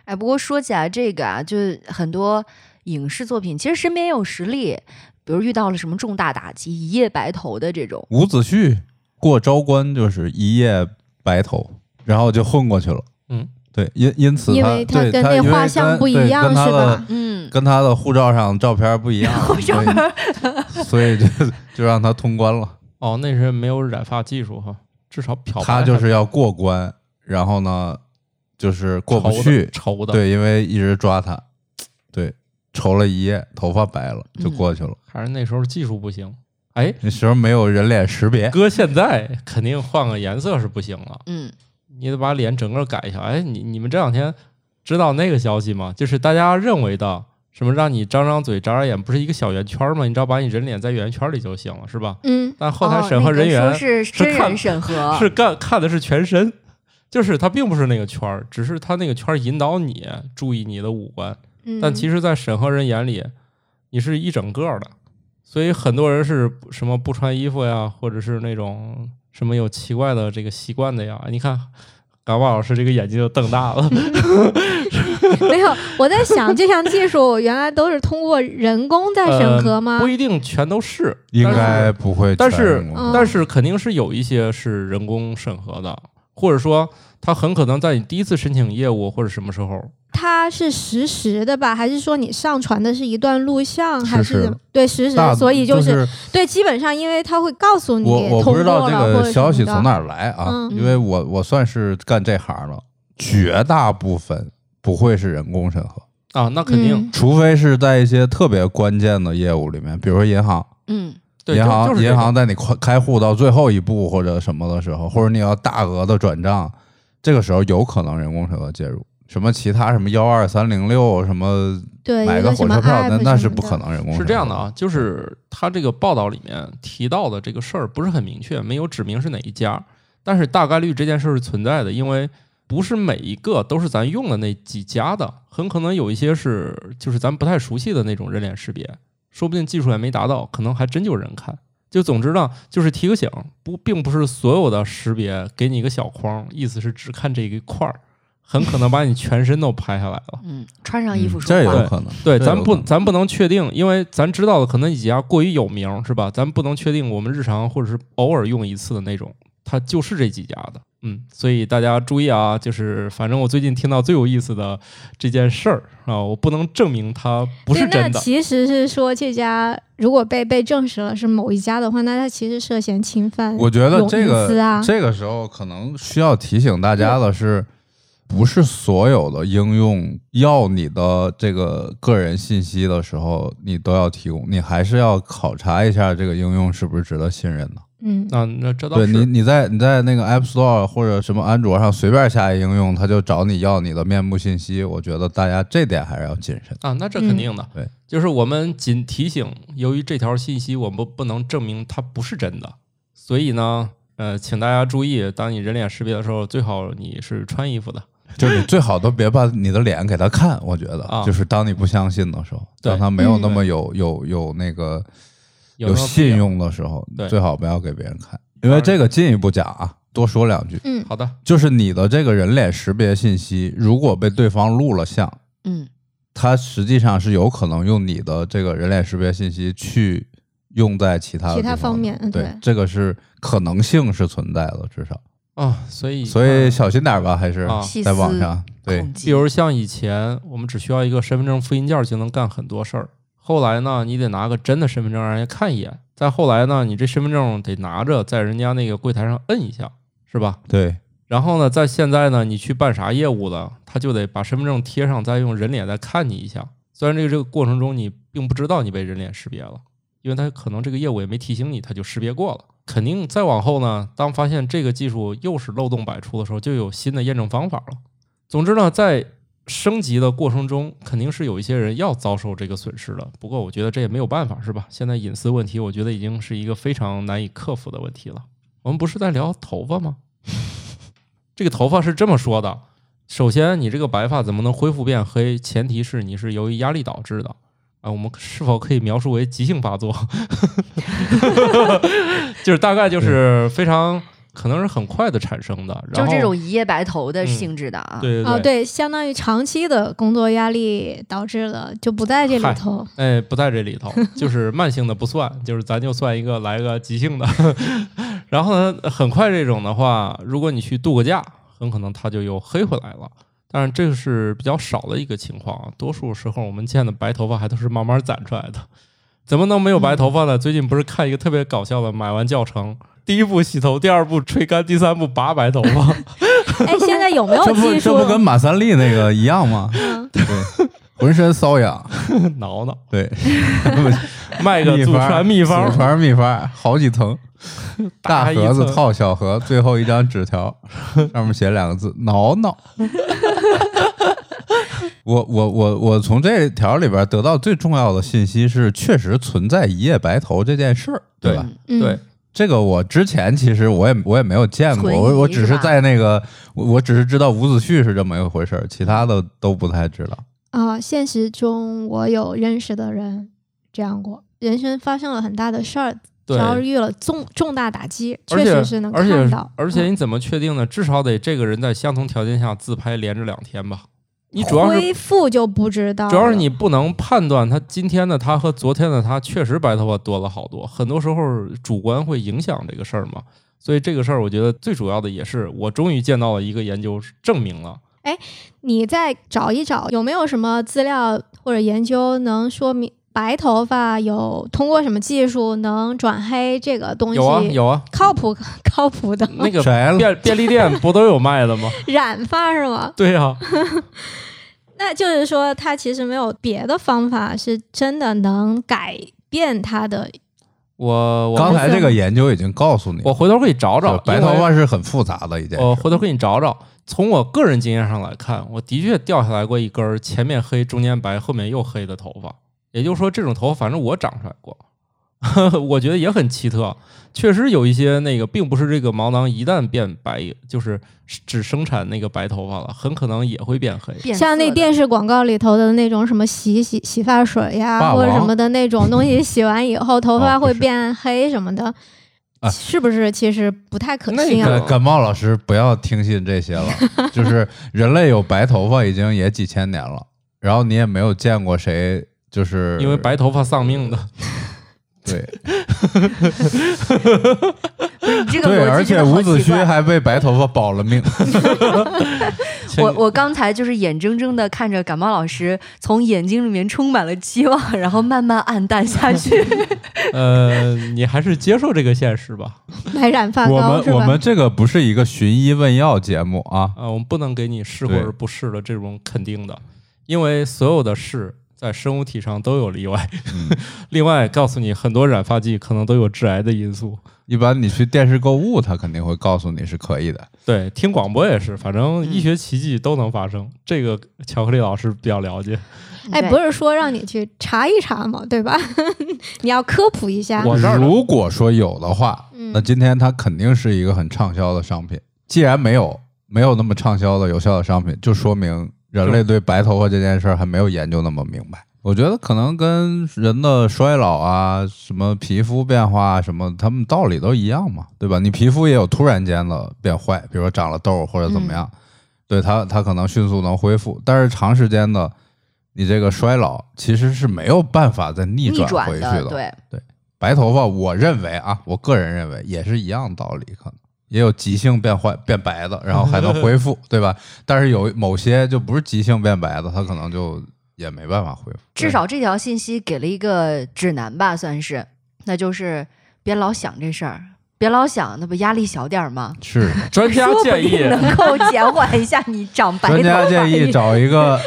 Speaker 4: 哎，不过说起来这个啊，就是很多影视作品，其实身边也有实例，比如遇到了什么重大打击，一夜白头的这种。
Speaker 2: 伍子胥过昭关就是一夜白头，然后就混过去了。
Speaker 3: 嗯，
Speaker 2: 对，因因此
Speaker 1: 因
Speaker 2: 他
Speaker 1: 为
Speaker 2: 对
Speaker 1: 跟
Speaker 2: 他
Speaker 1: 那
Speaker 2: 因为
Speaker 1: 画像
Speaker 2: 跟
Speaker 1: 不一
Speaker 2: 对
Speaker 1: 样
Speaker 2: 跟他
Speaker 1: 是
Speaker 2: 的
Speaker 1: 吧？
Speaker 4: 嗯，
Speaker 2: 跟他的护照上照片不一样，所以所以就就让他通关了。
Speaker 3: 哦，那是没有染发技术哈，至少漂白
Speaker 2: 他就
Speaker 3: 还
Speaker 2: 是要过关，然后呢，就是过不
Speaker 3: 稠的
Speaker 2: 去，
Speaker 3: 稠的，，
Speaker 2: 对，因为一直抓他，对，愁了一夜，头发白了
Speaker 4: 嗯
Speaker 2: 就过去了。
Speaker 3: 还是那时候技术不行。哎，
Speaker 2: 那时候没有人脸识 别，
Speaker 3: 搁现在肯定换个颜色是不行了，
Speaker 4: 嗯，
Speaker 3: 你得把脸整个改一下。哎，你你们这两天知道那个消息吗？就是大家认为的什么让你张张嘴、眨眨眼，不是一个小圆圈吗？你只要把你人脸在圆圈里就行了，是吧？
Speaker 1: 嗯，
Speaker 3: 但后台
Speaker 4: 哦
Speaker 3: 审核
Speaker 4: 那个
Speaker 3: 人员、
Speaker 4: 说是啊真人
Speaker 3: 看
Speaker 4: 审核，
Speaker 3: 是干看的是全身，就是他并不是那个圈儿，只是他那个圈儿引导你注意你的五官，
Speaker 1: 嗯
Speaker 3: 但其实，在审核人眼里，你是一整个儿的，所以很多人是什么不穿衣服呀，或者是那种什么有奇怪的这个习惯的呀。你看，嘎巴老师这个眼睛就瞪大了，
Speaker 1: 嗯 没有，我在想这项技术原来都是通过人工在
Speaker 3: 呃
Speaker 1: 审核吗？
Speaker 3: 不一定全都是，
Speaker 2: 应
Speaker 3: 但是
Speaker 2: 该不会全
Speaker 3: 但
Speaker 2: 过
Speaker 3: 是
Speaker 2: 去。
Speaker 1: 嗯
Speaker 3: 但是肯定是有一些是人工审核的，或者说他很可能在你第一次申请业务或者什么时候
Speaker 1: 它是实时的吧？还是说你上传的是一段录像？还
Speaker 2: 实时
Speaker 1: 是对实时
Speaker 2: 大
Speaker 1: 的？所以、
Speaker 2: 就是
Speaker 1: 对，基本上因为它会告诉你
Speaker 2: 我我不知道这
Speaker 1: 通过了或者
Speaker 2: 个消息
Speaker 1: 什么的
Speaker 2: 从哪儿来啊，
Speaker 1: 嗯
Speaker 2: 因为我我算是干这行了，绝大部分不会是人工审核，
Speaker 3: 啊，那肯定、
Speaker 1: 嗯
Speaker 2: 除非是在一些特别关键的业务里面，比如说银行，
Speaker 4: 嗯，
Speaker 3: 对，
Speaker 2: 银
Speaker 3: 就
Speaker 2: 行、
Speaker 3: 就是这
Speaker 2: 银
Speaker 3: 种
Speaker 2: 行在你开开户到最后一步或者什么的时候，或者你要大额的转账，这个时候有可能人工智能介入。什么其他什么幺二三零六什么
Speaker 1: 对，
Speaker 2: 买
Speaker 1: 一
Speaker 2: 个
Speaker 1: 什
Speaker 2: 火
Speaker 1: 么
Speaker 2: 车
Speaker 1: app
Speaker 2: 票，那那
Speaker 1: 什
Speaker 2: 是
Speaker 1: 么
Speaker 2: 不可。能人工智能
Speaker 3: 是这样的，啊，就是他这个报道里面提到的这个事儿不是很明确，没有指明是哪一家，但是大概率这件事儿是存在的，因为不是每一个都是咱用的那几家的，很可能有一些是就是咱不太熟悉的那种人脸识别，说不定技术也没达到，可能还真就有人看。就总之呢，就是提个醒，不，并不是所有的识别给你一个小框，意思是只看这一块儿，很可能把你全身都拍下来了。
Speaker 4: 嗯，穿上
Speaker 2: 嗯
Speaker 4: 衣服说
Speaker 2: 这
Speaker 4: 话。
Speaker 2: 有可能。
Speaker 3: 对，
Speaker 2: 这
Speaker 3: 咱
Speaker 2: 有
Speaker 3: 不
Speaker 2: 可能
Speaker 3: 咱不能确定，因为咱知道的可能几家过于有名，是吧？咱不能确定我们日常或者是偶尔用一次的那种，它就是这几家的。嗯，所以大家注意啊，就是反正我最近听到最有意思的这件事儿啊，我不能证明它不是
Speaker 1: 对
Speaker 3: 真
Speaker 1: 那
Speaker 3: 的。
Speaker 1: 其实是说这家如果被被证实了是某一家的话，那他其实涉嫌侵犯
Speaker 2: 我觉得
Speaker 1: 有
Speaker 2: 这
Speaker 1: 隐私
Speaker 2: 个、
Speaker 1: 啊
Speaker 2: 这个时候可能需要提醒大家的是，不是所有的应用要你的这个个人信息的时候，你都要提供，你还是要考察一下这个应用是不是值得信任的。
Speaker 1: 嗯，
Speaker 3: 啊，那这倒
Speaker 2: 对
Speaker 3: 是
Speaker 2: 你，你在你在那个 App Store 或者什么安卓上随便下一应用，它就找你要你的面部信息。我觉得大家这点还是要谨慎。
Speaker 3: 啊，那这肯定的。
Speaker 2: 嗯对，
Speaker 3: 就是我们仅提醒，由于这条信息我们不能证明它不是真的，所以呢，呃，请大家注意，当你人脸识别的时候，最好你是穿衣服的。
Speaker 2: 就是你最好都别把你的脸给他看，我觉得，
Speaker 3: 啊
Speaker 2: 就是当你不相信的时候，
Speaker 3: 对
Speaker 2: 当他没有那
Speaker 3: 嗯
Speaker 2: 么有、有有那个
Speaker 3: 有
Speaker 2: 有
Speaker 3: 那么必
Speaker 2: 信
Speaker 3: 要
Speaker 2: 用的时候
Speaker 3: 对，
Speaker 2: 最好不要给别人看，因为这个进一步讲啊，多说两句，
Speaker 1: 嗯，
Speaker 3: 好的，
Speaker 2: 就是你的这个人脸识别信息，如果被对方录了像，
Speaker 4: 嗯，
Speaker 2: 他实际上是有可能用你的这个人脸识别信息去用在其他的
Speaker 1: 其他
Speaker 2: 地
Speaker 1: 方
Speaker 2: 方的
Speaker 1: 面嗯
Speaker 2: 对
Speaker 1: 对，
Speaker 2: 这个是可能性是存在的，至少，
Speaker 3: 啊，所以
Speaker 2: 所以小心点儿吧，还是
Speaker 3: 啊
Speaker 4: 细
Speaker 2: 在网
Speaker 4: 思
Speaker 2: 上对
Speaker 4: 恐。
Speaker 3: 比
Speaker 4: 惧
Speaker 3: 如像以前我们只需要一个身份证复印件儿就能干很多事儿，后来呢，你得拿个真的身份证让人家看一眼，再后来呢，你这身份证得拿着在人家那个柜台上摁一下，是吧？
Speaker 2: 对。
Speaker 3: 然后呢，在现在呢，你去办啥业务了，他就得把身份证贴上，再用人脸再看你一下。虽然这个这个过程中你并不知道你被人脸识别了，因为他可能这个业务也没提醒你，他就识别过了。肯定再往后呢，当发现这个技术又是漏洞百出的时候，就有新的验证方法了。总之呢，在升级的过程中，肯定是有一些人要遭受这个损失的。不过我觉得这也没有办法，是吧？现在隐私问题，我觉得已经是一个非常难以克服的问题了。我们不是在聊头发吗？ 这个头发是这么说的：首先，你这个白发怎么能恢复变黑？前提是你是由于压力导致的。啊，我们是否可以描述为急性发作？ 就是大概就是非常可能是很快的产生的，然
Speaker 4: 就
Speaker 3: 后
Speaker 4: 这种一夜白头的
Speaker 3: 嗯
Speaker 4: 性质的啊，
Speaker 3: 对对
Speaker 1: 哦，对，相当于长期的工作压力导致了，就不在这里
Speaker 3: 嗨
Speaker 1: 头。
Speaker 3: 哎，不在这里头，就是慢性的不算，就是咱就算一个来个急性的。 然后呢，很快这种的话，如果你去度个假，很可能它就又黑回来了。但是这是比较少的一个情况啊，多数时候我们见的白头发还都是慢慢攒出来的。怎么能没有白头发呢？最近不是看一个特别搞笑的，买完教程，第一步洗头，第二步吹干，第三步拔白头发。
Speaker 1: 哎，现在有没有
Speaker 2: 这不
Speaker 1: 技
Speaker 2: 这
Speaker 1: 术？
Speaker 2: 不跟马三立那个一样吗？
Speaker 1: 嗯
Speaker 2: 对，浑身瘙痒，
Speaker 3: 挠挠，
Speaker 2: 对，
Speaker 3: 卖个祖传秘方
Speaker 2: 祖，传秘方，好几 层，大
Speaker 3: 打一
Speaker 2: 盒子
Speaker 3: 层
Speaker 2: 套小盒，最后一张纸条，上面写两个字“挠 挠”。我我我我从这条里边得到最重要的信息是，确实存在一夜白头这件事儿，对吧？
Speaker 1: 嗯
Speaker 4: 嗯
Speaker 3: 对，
Speaker 2: 这个我之前其实我也我也没有见过，
Speaker 4: 存疑
Speaker 2: 我我只
Speaker 4: 是
Speaker 2: 是
Speaker 4: 吧
Speaker 2: 在那个我我只是知道伍子胥是这么一回事儿，其他的都不太知道。
Speaker 1: 啊、现实中我有认识的人这样过，人生发生了很大的事儿，
Speaker 3: 对，
Speaker 1: 遭遇了重重大打击，
Speaker 3: 而
Speaker 1: 确
Speaker 3: 且
Speaker 1: 实是能
Speaker 3: 而且
Speaker 1: 看到。嗯
Speaker 3: 而且你怎么确定呢？至少得这个人在相同条件下自拍连着两天吧。你主要是
Speaker 1: 恢复就不知道了，
Speaker 3: 主要是你不能判断他今天的他和昨天的他确实白头发多了好多，很多时候主观会影响这个事儿嘛。所以这个事儿，我觉得最主要的也是，我终于见到了一个研究证明了，
Speaker 1: 你再找一找，有没有什么资料或者研究能说明白头发有通过什么技术能转黑这个东西？
Speaker 3: 有啊有啊，
Speaker 1: 靠谱 靠谱的
Speaker 3: 那个
Speaker 2: 谁了？
Speaker 3: 便便利店不都有卖的吗？
Speaker 1: 染发是吗？
Speaker 3: 对呀、
Speaker 1: 那就是说，他其实没有别的方法是真的能改变他的。
Speaker 3: 我我
Speaker 2: 刚才这个研究已经告诉你，
Speaker 3: 我回头给你找找
Speaker 2: 就白
Speaker 3: 因为
Speaker 2: 头发是很复杂的一件
Speaker 3: 我
Speaker 2: 事。
Speaker 3: 呃回头给你找找。从我个人经验上来看，我的确掉下来过一根儿前面黑、中间白、后面又黑的头发。也就是说，这种头发反正我长出来过， 我觉得也很奇特。确实有一些那个，并不是这个毛囊一旦变白，就是只生产那个白头发了，很可能也会变黑。
Speaker 4: 变
Speaker 1: 像
Speaker 4: 色
Speaker 1: 那
Speaker 4: 的
Speaker 1: 电视广告里头的那种什么洗洗洗发水呀，
Speaker 2: 霸
Speaker 1: 或
Speaker 2: 王
Speaker 1: 者什么的那种东西，洗完以后头发
Speaker 2: 哦不
Speaker 1: 会
Speaker 2: 是
Speaker 1: 变黑什么的，
Speaker 2: 啊
Speaker 1: 是不是？其实不太可
Speaker 3: 那
Speaker 1: 信啊。
Speaker 3: 个
Speaker 2: 呃感冒老师不要听信这 些了，就是人类有白头发已经也几千年了，然后你也没有见过谁就是
Speaker 3: 因为白头发丧命的，
Speaker 2: 对
Speaker 4: 你这个
Speaker 2: 对，
Speaker 4: 逻
Speaker 2: 而
Speaker 4: 辑
Speaker 2: 且
Speaker 4: 真的
Speaker 2: 伍
Speaker 4: 好
Speaker 2: 子
Speaker 4: 奇
Speaker 2: 胥
Speaker 4: 怪。
Speaker 2: 还被白头发保了 命。
Speaker 3: 前
Speaker 4: 我我刚才就是眼睁睁的看着感冒老师从眼睛里面充满了期望， 然后慢慢暗淡下去。
Speaker 3: 呃，你还是接受这个现实吧。
Speaker 1: 买染发
Speaker 2: 我
Speaker 1: 膏是
Speaker 2: 们我
Speaker 1: 吧？
Speaker 2: 们这个不是一个寻医问药节目啊，
Speaker 3: 啊，我们不能给你是或
Speaker 2: 对
Speaker 3: 者不是的这种肯定的，因为所有的是在生物体上都有例外。 另外，告诉你，很多染发剂可能都有致癌的因素。
Speaker 2: 一般你去电视购物，他肯定会告诉你是可以的。
Speaker 3: 对，听广播也是，反正医学奇迹都能发生。这个巧克力老师比较了解，
Speaker 1: 哎，
Speaker 4: 对
Speaker 1: 不是说让你去查一查嘛，对吧？ 你要科普一下。
Speaker 3: 我这儿呢
Speaker 2: 如果说有的话，
Speaker 1: 嗯
Speaker 2: 那今天它肯定是一个很畅销的商品。既然没有没有那么畅销的有效的商品，就说明人类对白头发这件事儿还没有研究那么明白。我觉得可能跟人的衰老啊、什么皮肤变化啊什么，他们道理都一样嘛，对吧？你皮肤也有突然间的变坏，比如说长了痘儿或者怎么样，对它它可能迅速能恢复，但是长时间的你这个衰老其实是没有办法再逆
Speaker 4: 逆
Speaker 2: 转
Speaker 4: 转
Speaker 2: 回去
Speaker 4: 的，对，
Speaker 2: 白头发，我认为啊，我个人认为也是一样道理，可能也有急性变坏变白的，然后还能恢复， 对吧？但是有某些就不是急性变白的，它可能就也没办法恢复。
Speaker 4: 至少这条信息给了一个指南吧，算是，那就是别老想这事儿，别老想，那不压力小点儿吗？
Speaker 2: 是
Speaker 3: 专家
Speaker 4: 说不
Speaker 3: 建
Speaker 4: 定
Speaker 3: 议
Speaker 4: 能够减缓一下你长白头
Speaker 2: 专家
Speaker 4: 发。
Speaker 2: 建议找一个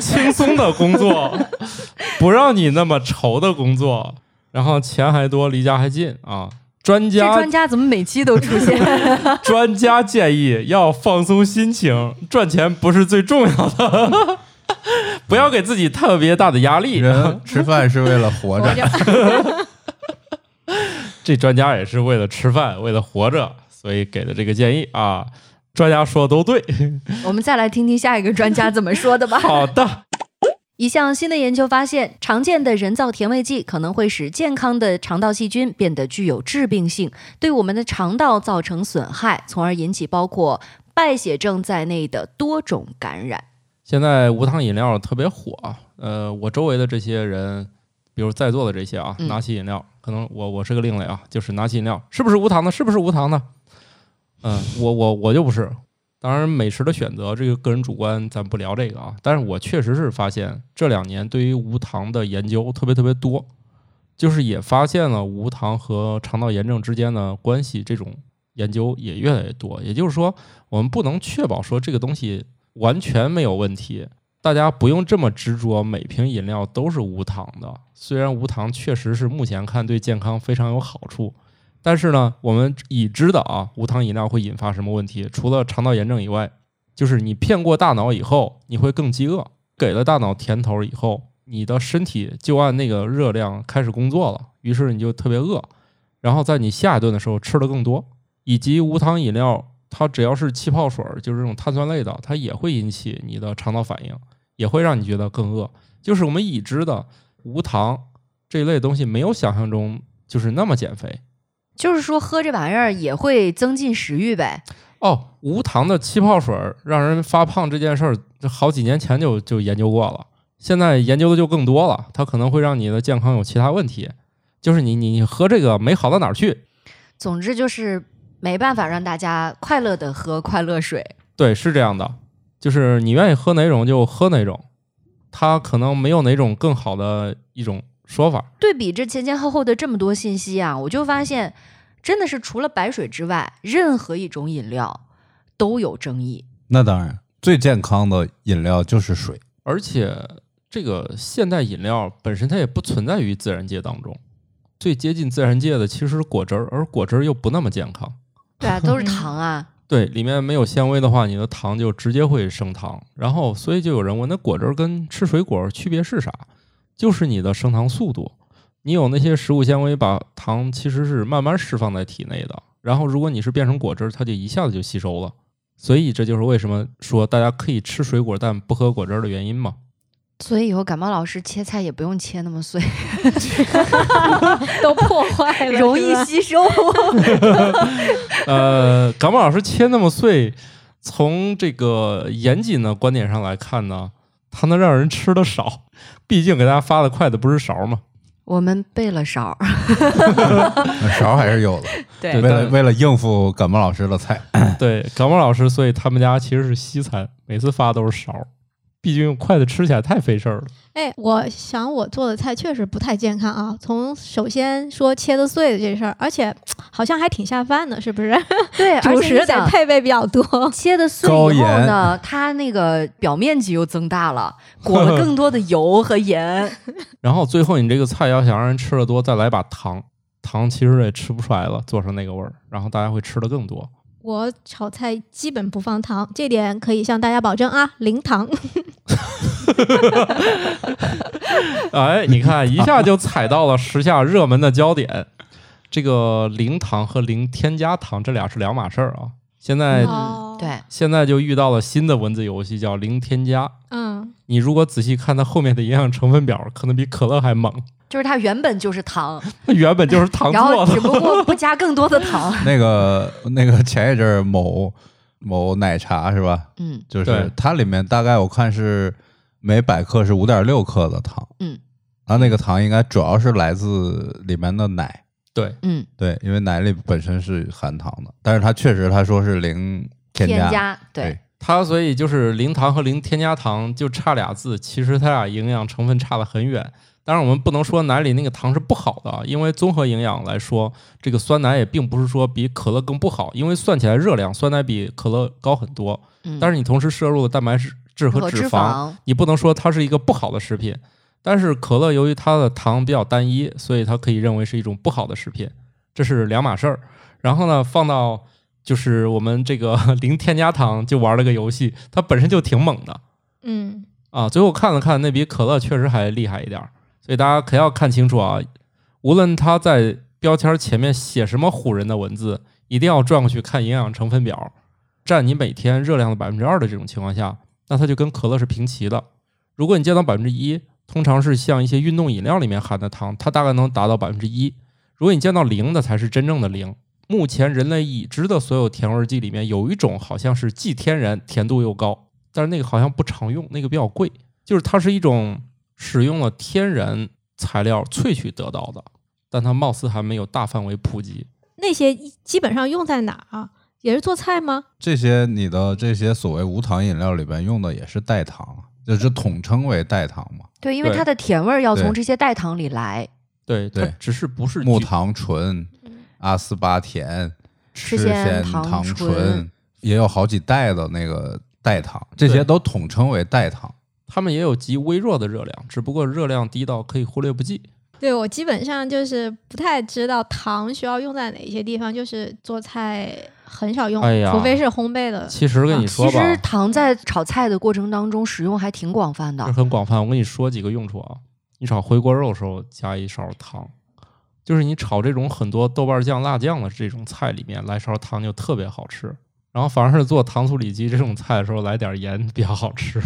Speaker 3: 轻松的工作， 不让你那么愁的工作，然后钱还多，离家还近啊。专
Speaker 4: 这
Speaker 3: 家
Speaker 4: 专家怎么每期都出现？
Speaker 3: 专家建议要放松心情，赚钱不是最重要的，不要给自己特别大的压力。
Speaker 2: 人吃饭是为了 活
Speaker 4: 哎
Speaker 2: 着，
Speaker 3: 这专家也是为了吃饭，为了活着，所以给的这个建议啊。专家说的都对，
Speaker 4: 我们再来听听下一个专家怎么说的吧。
Speaker 3: 好的，
Speaker 4: 一项新的研究发现，常见的人造甜味剂可能会使健康的肠道细菌变得具有致病性，对我们的肠道造成损害，从而引起包括败血症在内的多种感染。
Speaker 3: 现在无糖饮料特别火，呃，我周围的这些人，比如在座的这些啊，
Speaker 4: 嗯
Speaker 3: 拿起饮料，可能我我是个另类啊，就是拿起饮料，是不是无糖的？是不是无糖的？嗯、我我我就不是。当然，美食的选择这个个人主观，咱不聊这个啊。但是我确实是发现这两年对于无糖的研究特别特别多，就是也发现了无糖和肠道炎症之间的关系，这种研究也越来越多。也就是说，我们不能确保说这个东西完全没有问题，大家不用这么执着每瓶饮料都是无糖的。虽然无糖确实是目前看对健康非常有好处，但是呢，我们已知的啊，无糖饮料会引发什么问题？除了肠道炎症以外，就是你骗过大脑以后，你会更饥饿；给了大脑甜头以后，你的身体就按那个热量开始工作了，于是你就特别饿，然后在你下一顿的时候吃的更多，以及无糖饮料。它只要是气泡水儿，就是这种碳酸类的，它也会引起你的肠道反应，也会让你觉得更饿。就是我们已知的无糖这一类东西，没有想象中就是那么减肥。
Speaker 4: 就是说，喝这玩意儿也会增进食欲呗？
Speaker 3: 哦，无糖的气泡水儿让人发胖这件事儿，这好几年前就就研究过了，现在研究的就更多了。它可能会让你的健康有其他问题，就是你你你喝这个没好到哪儿去。
Speaker 4: 总之就是没办法让大家快乐的喝快乐水。
Speaker 3: 对，是这样的，就是你愿意喝哪种就喝哪种，它可能没有哪种更好的一种说法。
Speaker 4: 对比这前前后后的这么多信息啊，我就发现，真的是除了白水之外，任何一种饮料都有争议。
Speaker 2: 那当然，最健康的饮料就是水。
Speaker 3: 而且这个现代饮料本身它也不存在于自然界当中，最接近自然界的其实是果汁儿，而果汁儿又不那么健康。
Speaker 4: 对啊，都是糖啊，
Speaker 3: 对，里面没有纤维的话，你的糖就直接会升糖。然后，所以就有人问，那果汁儿跟吃水果儿区别是啥？就是你的升糖速度。你有那些食物纤维，把糖其实是慢慢释放在体内的。然后，如果你是变成果汁儿，它就一下子就吸收了。所以，这就是为什么说大家可以吃水果但不喝果汁儿的原因嘛。
Speaker 4: 所以以后感冒老师切菜也不用切那么碎，
Speaker 1: 都破坏 了，
Speaker 4: 容易
Speaker 1: 是吧
Speaker 4: 吸收。
Speaker 3: 呃，感冒老师切那么碎，从这个严谨的观点上来看呢，它能让人吃的少，毕竟给大家发的筷子不是勺嘛。
Speaker 4: 我们备了勺，
Speaker 2: 勺还是有的，
Speaker 4: 对
Speaker 2: 为了
Speaker 3: 但
Speaker 2: 为了应付感冒老师的菜，
Speaker 3: 对，感冒老师，所以他们家其实是西餐，每次发都是勺，毕竟用筷子吃起来太费事儿了。
Speaker 1: 哎，我想我做的菜确实不太健康啊。从首先说切的碎的这事儿，而且好像还挺下饭的，是不 是？
Speaker 4: 对，而
Speaker 1: 主
Speaker 4: 且你
Speaker 1: 食得
Speaker 4: 想
Speaker 1: 配备比较多。
Speaker 4: 切的碎
Speaker 2: 高
Speaker 4: 以后
Speaker 2: 盐
Speaker 4: 呢，它那个表面积又增大了，裹了更多的油和盐。
Speaker 3: 然后最后你这个菜要想让人吃的多，再来把糖，糖其实也吃不出来了，做成那个味儿，然后大家会吃的更多。
Speaker 1: 我炒菜基本不放糖，这点可以向大家保证啊，零糖。
Speaker 3: 哎，你看一下就踩到了时下热门的焦点。这个零糖和零添加糖这俩是两码事儿啊。现在、
Speaker 4: 嗯
Speaker 1: 哦，
Speaker 4: 对，
Speaker 3: 现在就遇到了新的文字游戏，叫零添加。
Speaker 1: 嗯，
Speaker 3: 你如果仔细看它后面的营养成分表，可能比可乐还猛。
Speaker 4: 就是它原本就是糖，
Speaker 3: 它原本就是糖
Speaker 4: 然
Speaker 3: 做
Speaker 4: 后
Speaker 3: 的
Speaker 4: 只，不过不加更多的糖。
Speaker 2: 那个那个前一阵儿某某奶茶是吧？
Speaker 4: 嗯，
Speaker 2: 就是
Speaker 3: 对
Speaker 2: 它里面大概我看是每百克是五点六克的糖，
Speaker 4: 嗯，
Speaker 2: 然后那个糖应该主要是来自里面的奶，
Speaker 3: 对，
Speaker 4: 嗯，
Speaker 2: 对，因为奶里本身是含糖的，但是它确实它说是零添加，
Speaker 4: 对，
Speaker 3: 它所以就是零糖和零添加糖就差俩字，其实它俩营养成分差得很远。当然，我们不能说奶里那个糖是不好的啊，因为综合营养来说，这个酸奶也并不是说比可乐更不好，因为算起来热量，酸奶比可乐高很多。
Speaker 4: 嗯
Speaker 3: 但是你同时摄入了蛋白质和
Speaker 4: 和
Speaker 3: 脂
Speaker 4: 脂
Speaker 3: 肪，
Speaker 4: 肪，
Speaker 3: 你不能说它是一个不好的食品。但是可乐由于它的糖比较单一，所以它可以认为是一种不好的食品，这是两码事儿。然后呢，放到就是我们这个 零添加糖就玩了个游戏，它本身就挺猛的
Speaker 1: 嗯，
Speaker 3: 啊。最后看了看，那比可乐确实还厉害一点儿，所以大家可要看清楚啊，无论它在标签前面写什么唬人的文字，一定要转过去看营养成分表，占你每天热量的百分之二的这种情况下，那它就跟可乐是平齐的。如果你见到百分之一，通常是像一些运动饮料里面含的糖，它大概能达到百分之一。如果你见到零，那才是真正的零。目前人类已知的所有甜味剂里面，有一种好像是既天然甜度又高，但是那个好像不常用，那个比较贵。就是它是一种使用了天然材料萃取得到的，但它貌似还没有大范围普及。
Speaker 1: 那些基本上用在哪儿啊？也是做菜吗？
Speaker 2: 这些你的这些所谓无糖饮料里边用的也是代糖，啊就是统称为代糖嘛，
Speaker 4: 对，因为
Speaker 3: 对
Speaker 4: 它的甜味儿要从
Speaker 2: 对
Speaker 4: 这些代糖里来，
Speaker 3: 对，它
Speaker 2: 对
Speaker 3: 只是不是
Speaker 2: 木
Speaker 3: 橘
Speaker 2: 糖醇、阿斯巴甜、赤
Speaker 4: 腺
Speaker 2: 藓
Speaker 4: 糖
Speaker 2: 糖
Speaker 4: 醇，
Speaker 2: 也有好几代的那个代糖，这些
Speaker 3: 对
Speaker 2: 都统称为代糖。
Speaker 3: 它们也有极微弱的热量，只不过热量低到可以忽略不计。
Speaker 1: 对我基本上就是不太知道糖需要用在哪些地方，就是做菜很少用，
Speaker 3: 哎呀
Speaker 1: 除非是烘焙的。
Speaker 3: 其实跟你说
Speaker 4: 啊其
Speaker 3: 吧，
Speaker 4: 实糖在炒菜的过程当中使用还挺广泛
Speaker 3: 这
Speaker 4: 的。
Speaker 3: 很广泛。我跟你说几个用处啊，你炒回锅肉的时候加一勺糖，就是你炒这种很多豆瓣酱、辣酱的这种菜里面来勺糖就特别好吃。然后反而是做糖醋里脊这种菜的时候来点盐比较好吃。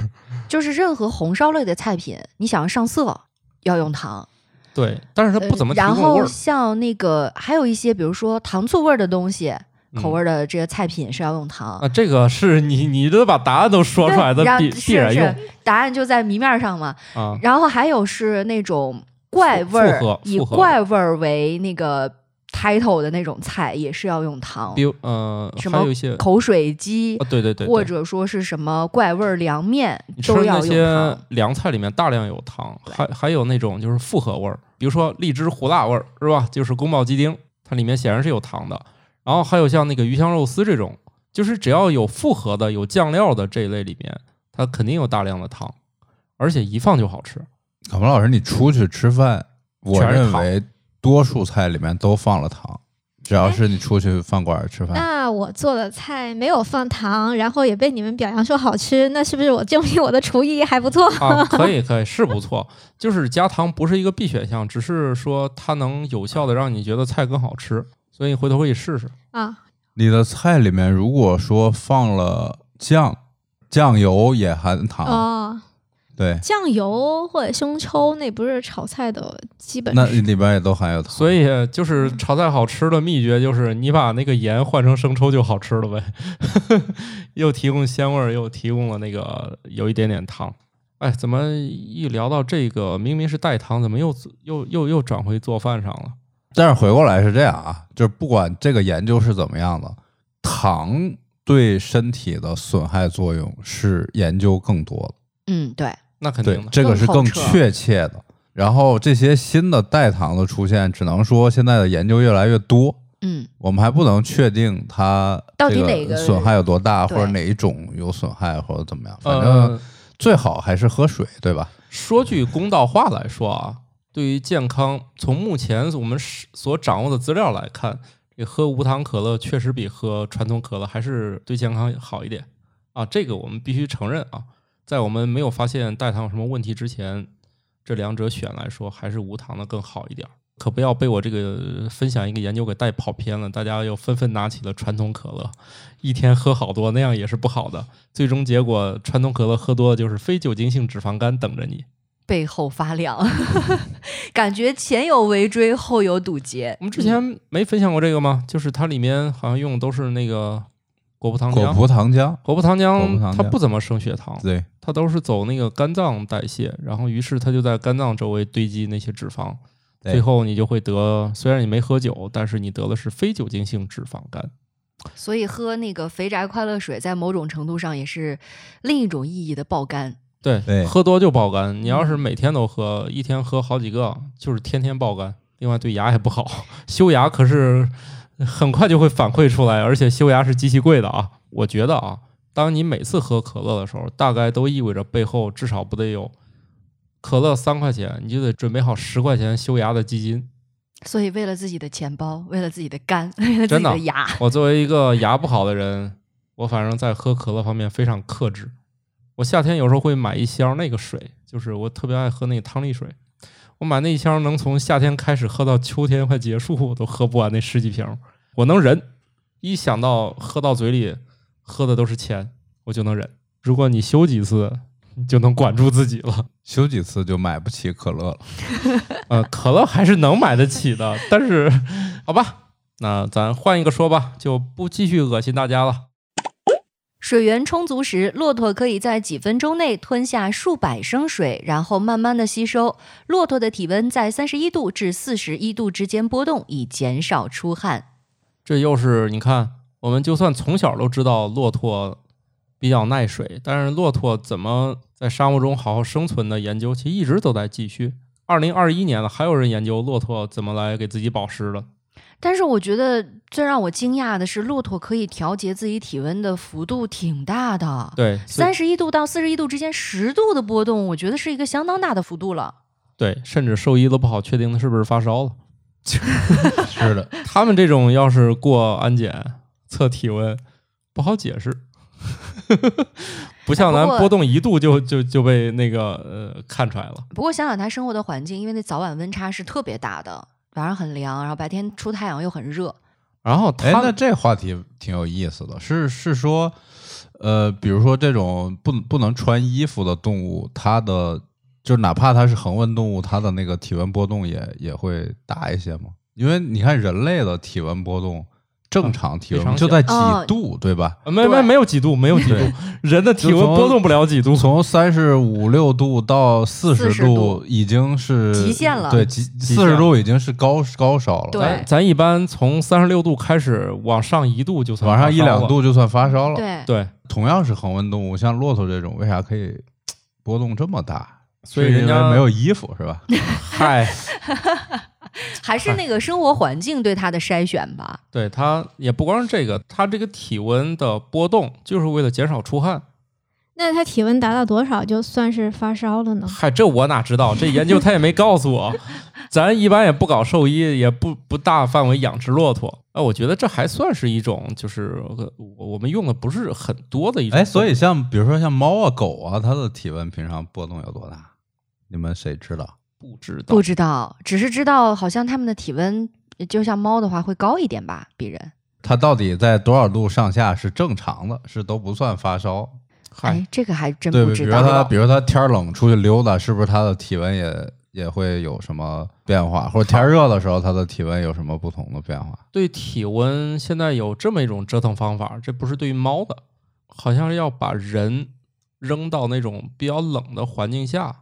Speaker 4: 就是任何红烧类的菜品，你想要上色要用糖，
Speaker 3: 对，但是它不怎么提
Speaker 4: 呃然
Speaker 3: 供味
Speaker 4: 后
Speaker 3: 儿，
Speaker 4: 像那个还有一些，比如说糖醋味儿的东西，口味
Speaker 3: 儿、
Speaker 4: 儿的这些菜品是要用糖。
Speaker 3: 嗯啊，这个是你你都把答案都说出来的
Speaker 4: 对，然
Speaker 3: 必
Speaker 4: 是
Speaker 3: 必然用
Speaker 4: 是，答案就在谜面上嘛。
Speaker 3: 啊。
Speaker 4: 然后还有是那种怪味
Speaker 3: 复复
Speaker 4: 儿
Speaker 3: 合，
Speaker 4: 以
Speaker 3: 复合
Speaker 4: 怪味儿为那个 title 的那种菜，也是要用糖
Speaker 3: 比。如呃，
Speaker 4: 什
Speaker 3: 还
Speaker 4: 么
Speaker 3: 有一些啊，
Speaker 4: 口水鸡，
Speaker 3: 对对对，对
Speaker 4: 或者说是什么怪味儿凉面
Speaker 3: 你，吃
Speaker 4: 都
Speaker 3: 那
Speaker 4: 要用
Speaker 3: 些
Speaker 4: 糖。
Speaker 3: 凉菜里面大量有糖，还还有那种就是复合味儿，比如说荔枝胡辣味儿是吧？就是宫保鸡丁，它里面显然是有糖的。然后还有像那个鱼香肉丝这种，就是只要有复合的、有酱料的这一类里面，它肯定有大量的糖，而且一放就好吃。
Speaker 2: 小啊鹏老师，你出去吃饭，我
Speaker 3: 全是
Speaker 2: 认
Speaker 3: 糖
Speaker 2: 为多数菜里面都放了糖，只要是你出去饭馆儿吃饭，
Speaker 1: 哎那我做的菜没有放糖，然后也被你们表扬说好吃，那是不是我证明我的厨艺还不 错？
Speaker 3: 啊，可以可以，是不错。就是加糖不是一个必选项，只是说它能有效的让你觉得菜更好吃，所以你回头可以试试。
Speaker 1: 啊，
Speaker 2: 你的菜里面如果说放了酱，酱油也含糖，
Speaker 1: 哦，
Speaker 2: 对，
Speaker 1: 酱油或者生抽，那不是炒菜的基本
Speaker 2: 那
Speaker 1: 是
Speaker 2: 里边也都含有糖。
Speaker 3: 所以就是炒菜好吃的秘诀就是你把那个盐换成生抽就好吃了呗， 又提供鲜味儿，又提供了那个有一点点糖。哎，怎么一聊到这个，明明是带糖，怎么又又又又转回做饭上了？
Speaker 2: 但是回过来是这样啊，就是不管这个研究是怎么样的，糖对身体的损害作用是研究更多的，
Speaker 4: 嗯，对，
Speaker 3: 那肯定
Speaker 2: 对
Speaker 3: 的，，
Speaker 2: 这个是更
Speaker 4: 更透彻
Speaker 2: 确切的。然后这些新的代糖的出现，只能说现在的研究越来越多，
Speaker 4: 嗯，
Speaker 2: 我们还不能确定它
Speaker 4: 到底
Speaker 2: 这
Speaker 4: 哪个
Speaker 2: 损害有多大，或
Speaker 4: 对
Speaker 2: 者哪一种有损害，或者怎么样。反正
Speaker 3: 呃，
Speaker 2: 最好还是喝水，对吧？
Speaker 3: 说句公道话来说啊，对于健康，从目前我们是所掌握的资料来看，这喝无糖可乐确实比喝传统可乐还是对健康好一点啊，这个我们必须承认啊。在我们没有发现代糖有什么问题之前，这两者选来说，还是无糖的更好一点儿。可不要被我这个分享一个研究给带跑偏了，大家又纷纷拿起了传统可乐，一天喝好多，那样也是不好的。最终结果，传统可乐喝多了就是非酒精性脂肪肝等着你。
Speaker 4: 背后发凉， 感觉前有围追，后有堵截。
Speaker 3: 我们之前没分享过这个吗？就是它里面好像用的都是那个果葡糖
Speaker 2: 果
Speaker 3: 浆。
Speaker 2: 葡糖浆，
Speaker 3: 果葡
Speaker 2: 果
Speaker 3: 糖
Speaker 2: 葡
Speaker 3: 浆
Speaker 2: 糖浆
Speaker 3: 它不怎么升血糖，
Speaker 2: 对，
Speaker 3: 它都是走那个肝脏代谢，然后于是它就在肝脏周围堆积那些脂肪，
Speaker 2: 对
Speaker 3: 最后你就会得，虽然你没喝酒，但是你得的是非酒精性脂肪肝。
Speaker 4: 所以喝那个肥宅快乐水，在某种程度上也是另一种意义的爆肝。
Speaker 3: 对，
Speaker 2: 对
Speaker 3: 喝多就爆肝。你要是每天都喝，一天喝好几个，就是天天爆肝。另外对牙也不好， 修牙可是很快就会反馈出来，而且修牙是极其贵的啊。我觉得啊，当你每次喝可乐的时候，大概都意味着背后至少不得有可乐三块钱，你就得准备好十块钱修牙的基金。
Speaker 4: 所以为了自己的钱包，为了自己的肝，为了自己
Speaker 3: 真的
Speaker 4: 的牙，
Speaker 3: 我作为一个牙不好的人，我反正在喝可乐方面非常克制。我夏天有时候会买一箱那个水，就是我特别爱喝那个汤力水。我买那一箱能从夏天开始喝到秋天快结束，我都喝不完那十几瓶，我能忍。一想到喝到嘴里喝的都是钱，我就能忍。如果你休几次，你就能管住自己了。
Speaker 2: 休几次就买不起可乐了。
Speaker 3: 呃，可乐还是能买得起的，但是好吧，那咱换一个说吧，就不继续恶心大家了。
Speaker 4: 水源充足时，骆驼可以在几分钟内吞下数百升水，然后慢慢的吸收。骆驼的体温在三十一度至四十一度之间波动，以减少出汗。
Speaker 3: 这又是你看，我们就算从小都知道骆驼比较耐水，但是骆驼怎么在沙漠中好好生存的研究，其实一直都在继续。二零二一年了，还有人研究骆驼怎么来给自己保湿的。
Speaker 4: 但是我觉得最让我惊讶的是，骆驼可以调节自己体温的幅度挺大的，
Speaker 3: 对，所以
Speaker 4: 三十一度到四十一度之间十度的波动，我觉得是一个相当大的幅度了。
Speaker 3: 对，甚至兽医都不好确定他是不是发烧了。
Speaker 2: 是的，
Speaker 3: 他们这种要是过安检测体温，不好解释。 不像咱
Speaker 4: 哎不过
Speaker 3: 波动一度就就就被那个呃看出来了。
Speaker 4: 不过想想它生活的环境，因为那早晚温差是特别大的，晚上很凉，然后白天出太阳又很热。
Speaker 3: 然后他
Speaker 2: 哎，那这话题挺有意思的，是是说，呃，比如说这种不不能穿衣服的动物，它的就是哪怕它是恒温动物，它的那个体温波动也也会大一些吗？因为你看人类的体温波动，正常体
Speaker 3: 嗯非常
Speaker 2: 温
Speaker 3: 小
Speaker 2: 就在几
Speaker 4: 哦
Speaker 2: 度，对吧？
Speaker 3: 啊没没
Speaker 4: 对
Speaker 3: 没有几度，没有几度，人的体温
Speaker 2: 就从
Speaker 3: 波动不了几度。
Speaker 2: 从三十五六度到四十
Speaker 4: 40度
Speaker 2: 已经是
Speaker 4: 极限了
Speaker 2: 对，极
Speaker 3: 极限
Speaker 2: 四十度已经是高高烧了，
Speaker 4: 对
Speaker 3: 咱咱一般从三十六度开始往上一度就算
Speaker 2: 往上一
Speaker 3: 发烧了
Speaker 2: 两。度就算发烧了，
Speaker 4: 对，
Speaker 3: 对，
Speaker 2: 同样是恒温动物，像骆驼这种，为啥可以波动这么大？
Speaker 3: 所以
Speaker 2: 是因
Speaker 3: 人家
Speaker 2: 为没有衣服是吧？
Speaker 3: 嗨，
Speaker 4: 还是那个生活环境对它的筛选吧。
Speaker 3: 对它也不光是这个，它这个体温的波动就是为了减少出汗。
Speaker 1: 那他体温达到多少就算是发烧了 呢？
Speaker 3: 嗨，这我哪知道？这研究他也没告诉 我。咱一般也不搞兽医，也不不大范围养殖骆驼。哎，我觉得这还算是一种，就是呃我我们用的不是很多的一 种。
Speaker 2: 哎，所以像比如说像猫啊、狗啊，它的体温平常波动有多大？你们谁知道？
Speaker 3: 不知道
Speaker 4: 不知道，只是知道好像它们的体温就像猫的话会高一点吧，比人。
Speaker 2: 它到底在多少度上下是正常的，是都不算发烧？
Speaker 3: 嗨
Speaker 4: 哎，，这个还真
Speaker 2: 对，
Speaker 4: 不
Speaker 2: 比
Speaker 4: 知
Speaker 2: 如它，
Speaker 4: 道
Speaker 2: 比。如它天儿冷出去溜达，是不是它的体温也也会有什么变化？或者天儿热的时候，它的体温有什么不同的变 化？
Speaker 3: 对体温现在有这么一种折腾方法，这不是对于猫的，好像是要把人扔到那种比较冷的环境下，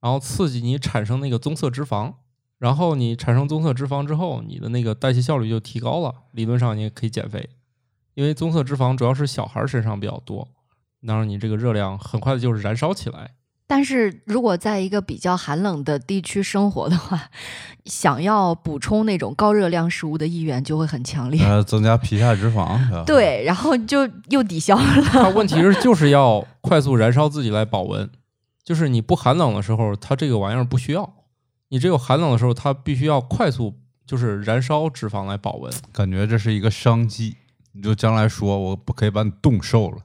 Speaker 3: 然后刺激你产生那个棕色脂肪，然后你产生棕色脂肪之后，你的那个代谢效率就提高了，理论上你也可以减肥，因为棕色脂肪主要是小孩身上比较多，那让你这个热量很快的就是燃烧起来。
Speaker 4: 但是如果在一个比较寒冷的地区生活的话，想要补充那种高热量食物的意愿就会很强烈。
Speaker 2: 呃，增加皮下脂肪。是吧，
Speaker 4: 对，然后就又抵消了。
Speaker 3: 它问题是就是要快速燃烧自己来保温，就是你不寒冷的时候，它这个玩意儿不需要；你只有寒冷的时候，它必须要快速就是燃烧脂肪来保温。
Speaker 2: 感觉这是一个商机。你就将来说，我不可以把你冻瘦了，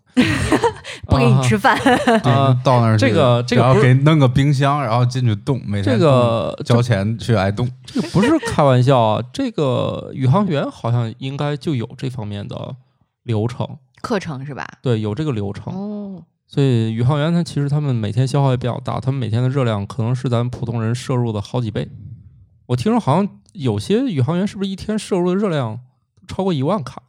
Speaker 4: 不给你吃饭，
Speaker 2: 对
Speaker 3: 啊
Speaker 2: 就到那儿去
Speaker 3: 这个这个
Speaker 2: 然
Speaker 3: 不
Speaker 2: 后
Speaker 3: 是
Speaker 2: 给弄个冰箱，然后进去冻，每天
Speaker 3: 这个
Speaker 2: 冻交钱去挨冻。
Speaker 3: 这不是开玩笑啊！这个宇航员好像应该就有这方面的流程，
Speaker 4: 课程是吧？
Speaker 3: 对，有这个流程。
Speaker 4: 哦，
Speaker 3: 所以宇航员他其实他们每天消耗也比较大，他们每天的热量可能是咱普通人摄入的好几倍。我听说好像有些宇航员是不是一天摄入的热量超过一万卡？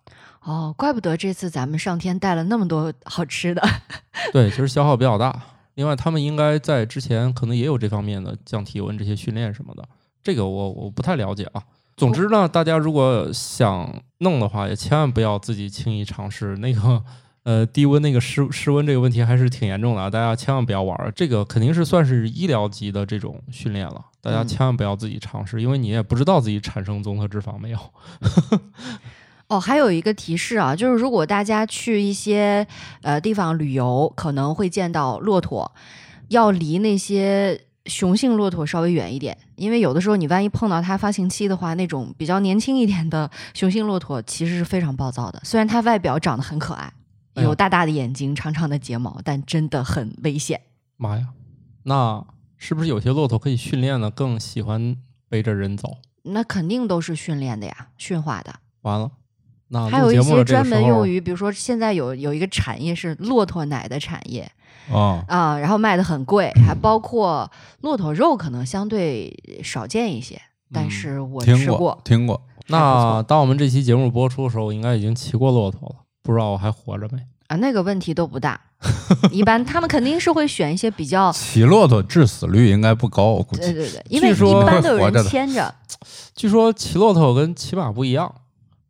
Speaker 4: 哦，怪不得这次咱们上天带了那么多好吃的。
Speaker 3: 对，其实消耗比较大。另外，他们应该在之前可能也有这方面的降体温这些训练什么的，这个我我不太了解啊。总之呢，大家如果想弄的话，也千万不要自己轻易尝试那个呃低温那个湿湿温这个问题还是挺严重的啊，大家千万不要玩儿，这个肯定是算是医疗级的这种训练了，大家
Speaker 4: 嗯
Speaker 3: 千万不要自己尝试，因为你也不知道自己产生综合脂肪没有。
Speaker 4: 哦，还有一个提示啊，就是如果大家去一些呃地方旅游，可能会见到骆驼，要离那些雄性骆驼稍微远一点，因为有的时候你万一碰到它发情期的话，那种比较年轻一点的雄性骆驼其实是非常暴躁的。虽然它外表长得很可爱，
Speaker 3: 哎呦
Speaker 4: 有大大的眼睛、长长的睫毛，但真的很危险。
Speaker 3: 妈呀，那是不是有些骆驼可以训练的更喜欢背着人走？
Speaker 4: 那肯定都是训练的呀，驯化的。
Speaker 3: 完了，那
Speaker 4: 还有
Speaker 3: 啊录节
Speaker 4: 一
Speaker 3: 目
Speaker 4: 些
Speaker 3: 的这个
Speaker 4: 专
Speaker 3: 时
Speaker 4: 门
Speaker 3: 候
Speaker 4: 用于，比如说现在有有一个产业是骆驼奶的产业，
Speaker 2: 啊，
Speaker 4: 啊、然后卖的很贵，还包括骆驼肉，可能相对少见一些，但
Speaker 3: 嗯
Speaker 4: 是我
Speaker 2: 听
Speaker 4: 吃
Speaker 2: 过，听过。
Speaker 3: 那当我们这期节目播出的时候，我应该已经骑过骆驼了，不知道我还活着没？
Speaker 4: 啊，那个问题都不大。一般他们肯定是会选一些比较，
Speaker 2: 骑骆驼致死率应该不高，我估
Speaker 4: 对
Speaker 2: 计。
Speaker 4: 对对，因
Speaker 3: 据
Speaker 4: 为
Speaker 3: 说
Speaker 4: 一般都有
Speaker 2: 活着的
Speaker 4: 人牵着，
Speaker 3: 据说骑骆驼跟骑马不一样，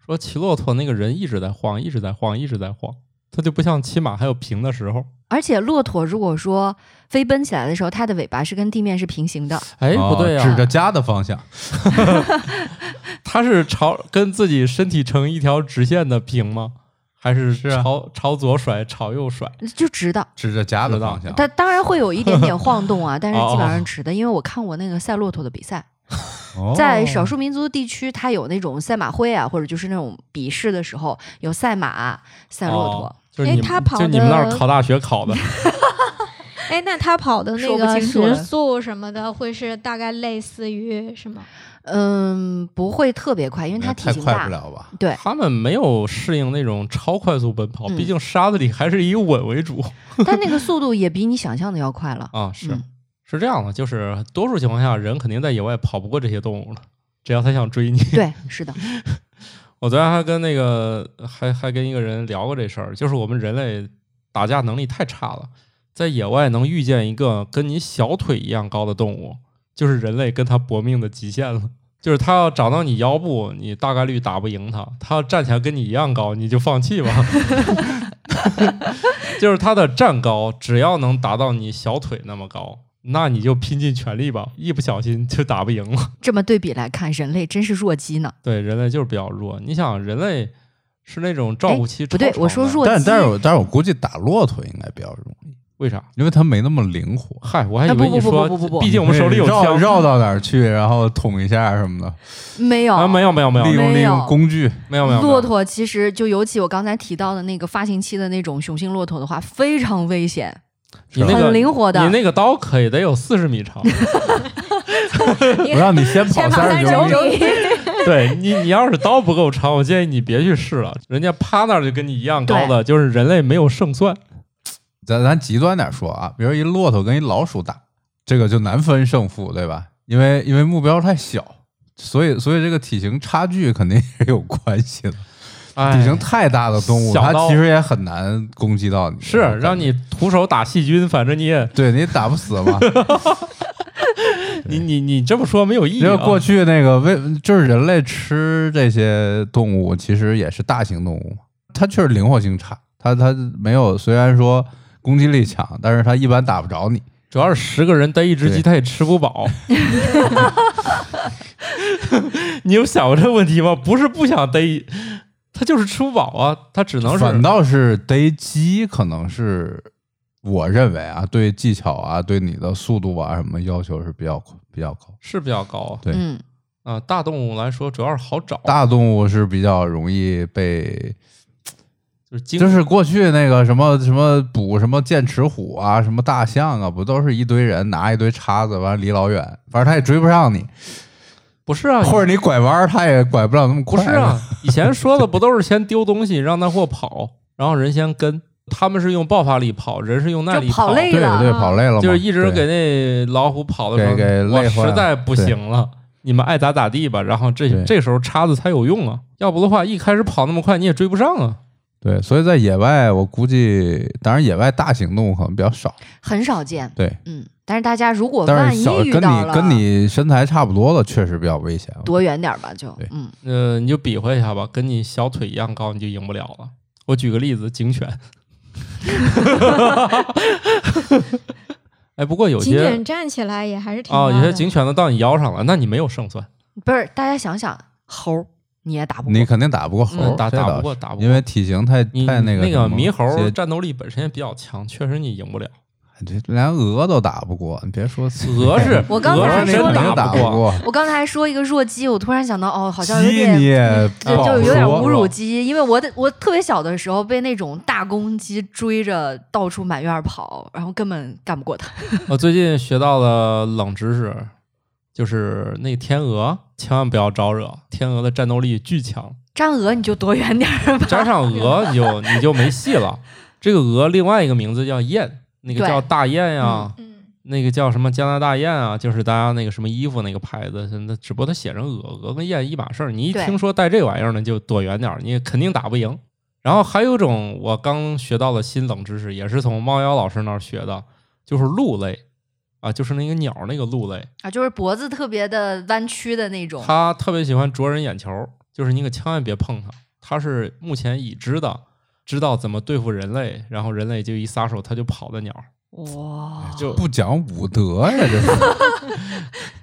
Speaker 3: 说骑骆驼那个人一直在晃，一直在晃，一直在晃，他就不像骑马还有平的时候。
Speaker 4: 而且骆驼如果说飞奔起来的时候，它的尾巴是跟地面是平行的，
Speaker 3: 哎，
Speaker 2: 啊
Speaker 3: 不对呀、
Speaker 2: 指着家的方向。
Speaker 3: 他是朝跟自己身体成一条直线的平吗？还是
Speaker 2: 是啊
Speaker 3: 朝、朝左甩，朝右甩？
Speaker 4: 就直
Speaker 3: 啊
Speaker 4: 的。
Speaker 2: 指着家的方向。
Speaker 4: 它当然会有一点点晃 动啊，但是基本
Speaker 3: 哦
Speaker 4: 上是直的，因为我看过那个赛骆驼的比赛，
Speaker 2: 哦
Speaker 4: 在少数民族地区，它有那种赛马会啊，或者就是那种比试的时候有赛马、赛骆驼。
Speaker 3: 哦就是你
Speaker 1: 哎他跑
Speaker 3: 就你们那儿
Speaker 1: 的
Speaker 3: 考大学考的，
Speaker 1: 哎，那他跑的那
Speaker 4: 说不
Speaker 1: 个
Speaker 4: 清楚了
Speaker 1: 时速什么的，会是大概类似于什么？
Speaker 4: 嗯，不会特别快，因为它体
Speaker 2: 太
Speaker 4: 型
Speaker 2: 快
Speaker 4: 大
Speaker 2: 不。了吧？
Speaker 4: 对，
Speaker 3: 他们没有适应那种超快速奔跑，
Speaker 4: 嗯
Speaker 3: 毕竟沙子里还是以稳为主
Speaker 4: 但那个速度也比你想象的要 快了。
Speaker 3: 啊。是、
Speaker 4: 嗯
Speaker 3: 是这样的，就是多数情况下，人肯定在野外跑不过这些动物了，只要他想追你。
Speaker 4: 对，是的，
Speaker 3: 我昨天还跟那个还还跟一个人聊过这事儿，就是我们人类打架能力太差了，在野外能遇见一个跟你小腿一样高的动物，就是人类跟它搏命的极限了。就是它要长到你腰部，你大概率打不赢它；它要站起来跟你一样高，你就放弃吧。就是它的站高，只要能达到你小腿那么高，那你就拼尽全力吧，一不小心就打不赢了。
Speaker 4: 这么对比来看，人类真是弱鸡呢。
Speaker 3: 对，人类就是比较弱。你想，人类是那种照顾期
Speaker 4: 哎不对
Speaker 3: 超长
Speaker 4: 我说
Speaker 3: 的
Speaker 4: 弱
Speaker 2: 但
Speaker 4: 鸡
Speaker 2: 但是我但是我估计打骆驼应该比较容易，
Speaker 3: 为啥？
Speaker 2: 因为它没那么灵活。
Speaker 3: 嗨，我还以
Speaker 4: 啊不
Speaker 3: 为
Speaker 4: 不
Speaker 3: 你
Speaker 4: 不
Speaker 3: 说，
Speaker 4: 不不不不
Speaker 3: 毕竟我们手里有
Speaker 2: 绕
Speaker 3: 枪。
Speaker 2: 绕到哪儿去，然后捅一下什么的，
Speaker 4: 没有
Speaker 3: 啊，没有没有没有
Speaker 2: 利
Speaker 3: 没有
Speaker 2: 用利用工具。
Speaker 3: 没有没有。
Speaker 4: 骆驼其实就尤其我刚才提到的那个发情期的那种雄性骆驼的话，非常危险，
Speaker 3: 你那个
Speaker 4: 很灵活的。
Speaker 3: 你那个刀可以得有四十米 长，
Speaker 2: 我让你先跑
Speaker 1: 先跑
Speaker 2: 三十
Speaker 1: 39
Speaker 2: 九
Speaker 1: 米
Speaker 2: 米，
Speaker 3: 对你，你要是刀不够长，我建议你别去试了。人家趴那儿就跟你一样高的，就是人类没有胜算。
Speaker 2: 咱咱极端点说啊，比如一骆驼跟一老鼠打，这个就难分胜负，对吧？因为因为目标太小，所以所以这个体型差距肯定是有关系的。体
Speaker 3: 哎，
Speaker 2: 型太大的动物，
Speaker 3: 小
Speaker 2: 它
Speaker 3: 刀
Speaker 2: 其实也很难攻击到你，
Speaker 3: 是让你徒手打细菌，反正你也
Speaker 2: 对你打不死 嘛。
Speaker 3: 你你你这么说没有意义、
Speaker 2: 因为
Speaker 3: 啊。
Speaker 2: 过去那个为就是人类吃这些动物，其实也是大型动物嘛，它确实灵活性差，它它没有虽然说攻击力强，但是它一般打不着你。
Speaker 3: 主要是十个人逮一只鸡，
Speaker 2: 对
Speaker 3: 它也吃不饱。 你有想过这个问题吗？不是不想逮，它就是吃不饱啊，它只能是
Speaker 2: 反倒是逮鸡，可能是我认为啊，对技巧啊，对你的速度啊什么要求是比较比较高。
Speaker 3: 是比较高啊、
Speaker 2: 对
Speaker 4: 嗯，
Speaker 3: 大动物来说主要是好找，
Speaker 2: 大动物是比较容易被，
Speaker 3: 就是精
Speaker 2: 就是过去那个什么什么捕什么剑齿虎啊，什么大象啊，不都是一堆人拿一堆叉子，完了离老远，反正他也追不 上你，
Speaker 3: 不是啊，
Speaker 2: 或者你拐弯儿他也拐不了那么
Speaker 3: 不
Speaker 2: 快。
Speaker 3: 是啊，以前说的不都是先丢东西让那货跑，然后人先跟，他们是用爆发力跑，人是用耐
Speaker 4: 就
Speaker 3: 力
Speaker 4: 跑累
Speaker 2: 对
Speaker 4: 了
Speaker 2: 对，
Speaker 1: 啊
Speaker 2: 跑累了嘛，
Speaker 3: 哎就是一直
Speaker 2: 对
Speaker 3: 给那老虎跑的时候，
Speaker 2: 给给累
Speaker 3: 我
Speaker 2: 坏
Speaker 3: 实
Speaker 2: 了
Speaker 3: 在不
Speaker 2: 对
Speaker 3: 行了，你们爱咋咋地吧。然后这
Speaker 2: 对
Speaker 3: 这时候叉子才有用啊，要不的话一开始跑那么快你也追不上啊。
Speaker 2: 对，所以在野外，我估计，当然野外大型动物可能比较少，
Speaker 4: 很少见。
Speaker 2: 对，
Speaker 4: 嗯，但是大家如果
Speaker 2: 但
Speaker 4: 万
Speaker 2: 是
Speaker 4: 一
Speaker 2: 小
Speaker 4: 遇
Speaker 2: 跟
Speaker 4: 到
Speaker 2: 你
Speaker 4: 了，
Speaker 2: 跟你身材差不多的，确实比较危险。
Speaker 4: 躲远点儿吧，就
Speaker 2: 对
Speaker 4: 嗯，
Speaker 3: 呃，你就比划一下吧，跟你小腿一样高你就赢不了了。我举个例子，警犬。 哎，不过有
Speaker 1: 警
Speaker 3: 些
Speaker 1: 犬站起来也还是挺
Speaker 3: 啊、
Speaker 1: 高
Speaker 3: 有些
Speaker 1: 的
Speaker 3: 警犬都到你腰上了，那你没有胜算，
Speaker 4: 不是，大家想想，猴儿你也打不
Speaker 2: 你
Speaker 4: 过，
Speaker 2: 肯定打不过猴，
Speaker 3: 嗯打
Speaker 2: 这
Speaker 3: 打
Speaker 2: 倒
Speaker 3: 不
Speaker 2: 是
Speaker 3: 过，打不过，
Speaker 2: 因为体型太
Speaker 3: 你
Speaker 2: 太个
Speaker 3: 那
Speaker 2: 那
Speaker 3: 个猕猴儿
Speaker 2: 这
Speaker 3: 战斗力本身也比较强，确实你赢不了。
Speaker 2: 哎这连鹅都打不过，你别说
Speaker 3: 鹅是，
Speaker 4: 我刚才
Speaker 3: 鹅是
Speaker 4: 说
Speaker 3: 真
Speaker 4: 了
Speaker 2: 打
Speaker 3: 打
Speaker 2: 不
Speaker 3: 过。
Speaker 2: 过，
Speaker 4: 我刚才还说一个弱鸡，我突然想到，哦，好像有
Speaker 2: 鸡你
Speaker 4: 点。
Speaker 2: 也
Speaker 4: 就
Speaker 2: 不好
Speaker 4: 就有点
Speaker 2: 说
Speaker 4: 侮辱鸡，因为我的我特别小的时候被那种大公鸡追着到处满院儿跑，然后根本干不过它。
Speaker 3: 我最近学到了冷知识，就是那天鹅千万不要招惹，天鹅的战斗力巨强，
Speaker 4: 战鹅你就躲远点儿吧。
Speaker 3: 加上鹅你就你就没戏了。这个鹅另外一个名字叫雁，那个
Speaker 4: 对
Speaker 3: 叫大雁呀、
Speaker 1: 嗯
Speaker 3: 那个叫什么加拿大雁啊，就是大家那个什么衣服那个牌子，那只不过它写成鹅，鹅跟雁一码事儿。你一
Speaker 4: 对
Speaker 3: 听说带这玩意儿呢，就躲远点儿，你肯定打不赢。然后还有一种我刚学到的新冷知识，也是从猫妖老师那儿学的，就是鹿类啊，就是那个鸟儿那个鹿类，
Speaker 4: 啊，就是脖子特别的弯曲的那种。
Speaker 3: 它特别喜欢啄人眼球，就是你可千万别碰它，它是目前已知的。知道怎么对付人类，然后人类就一撒手，它就跑的鸟儿。
Speaker 4: 哇，
Speaker 3: 就
Speaker 2: 不讲武德呀， 这是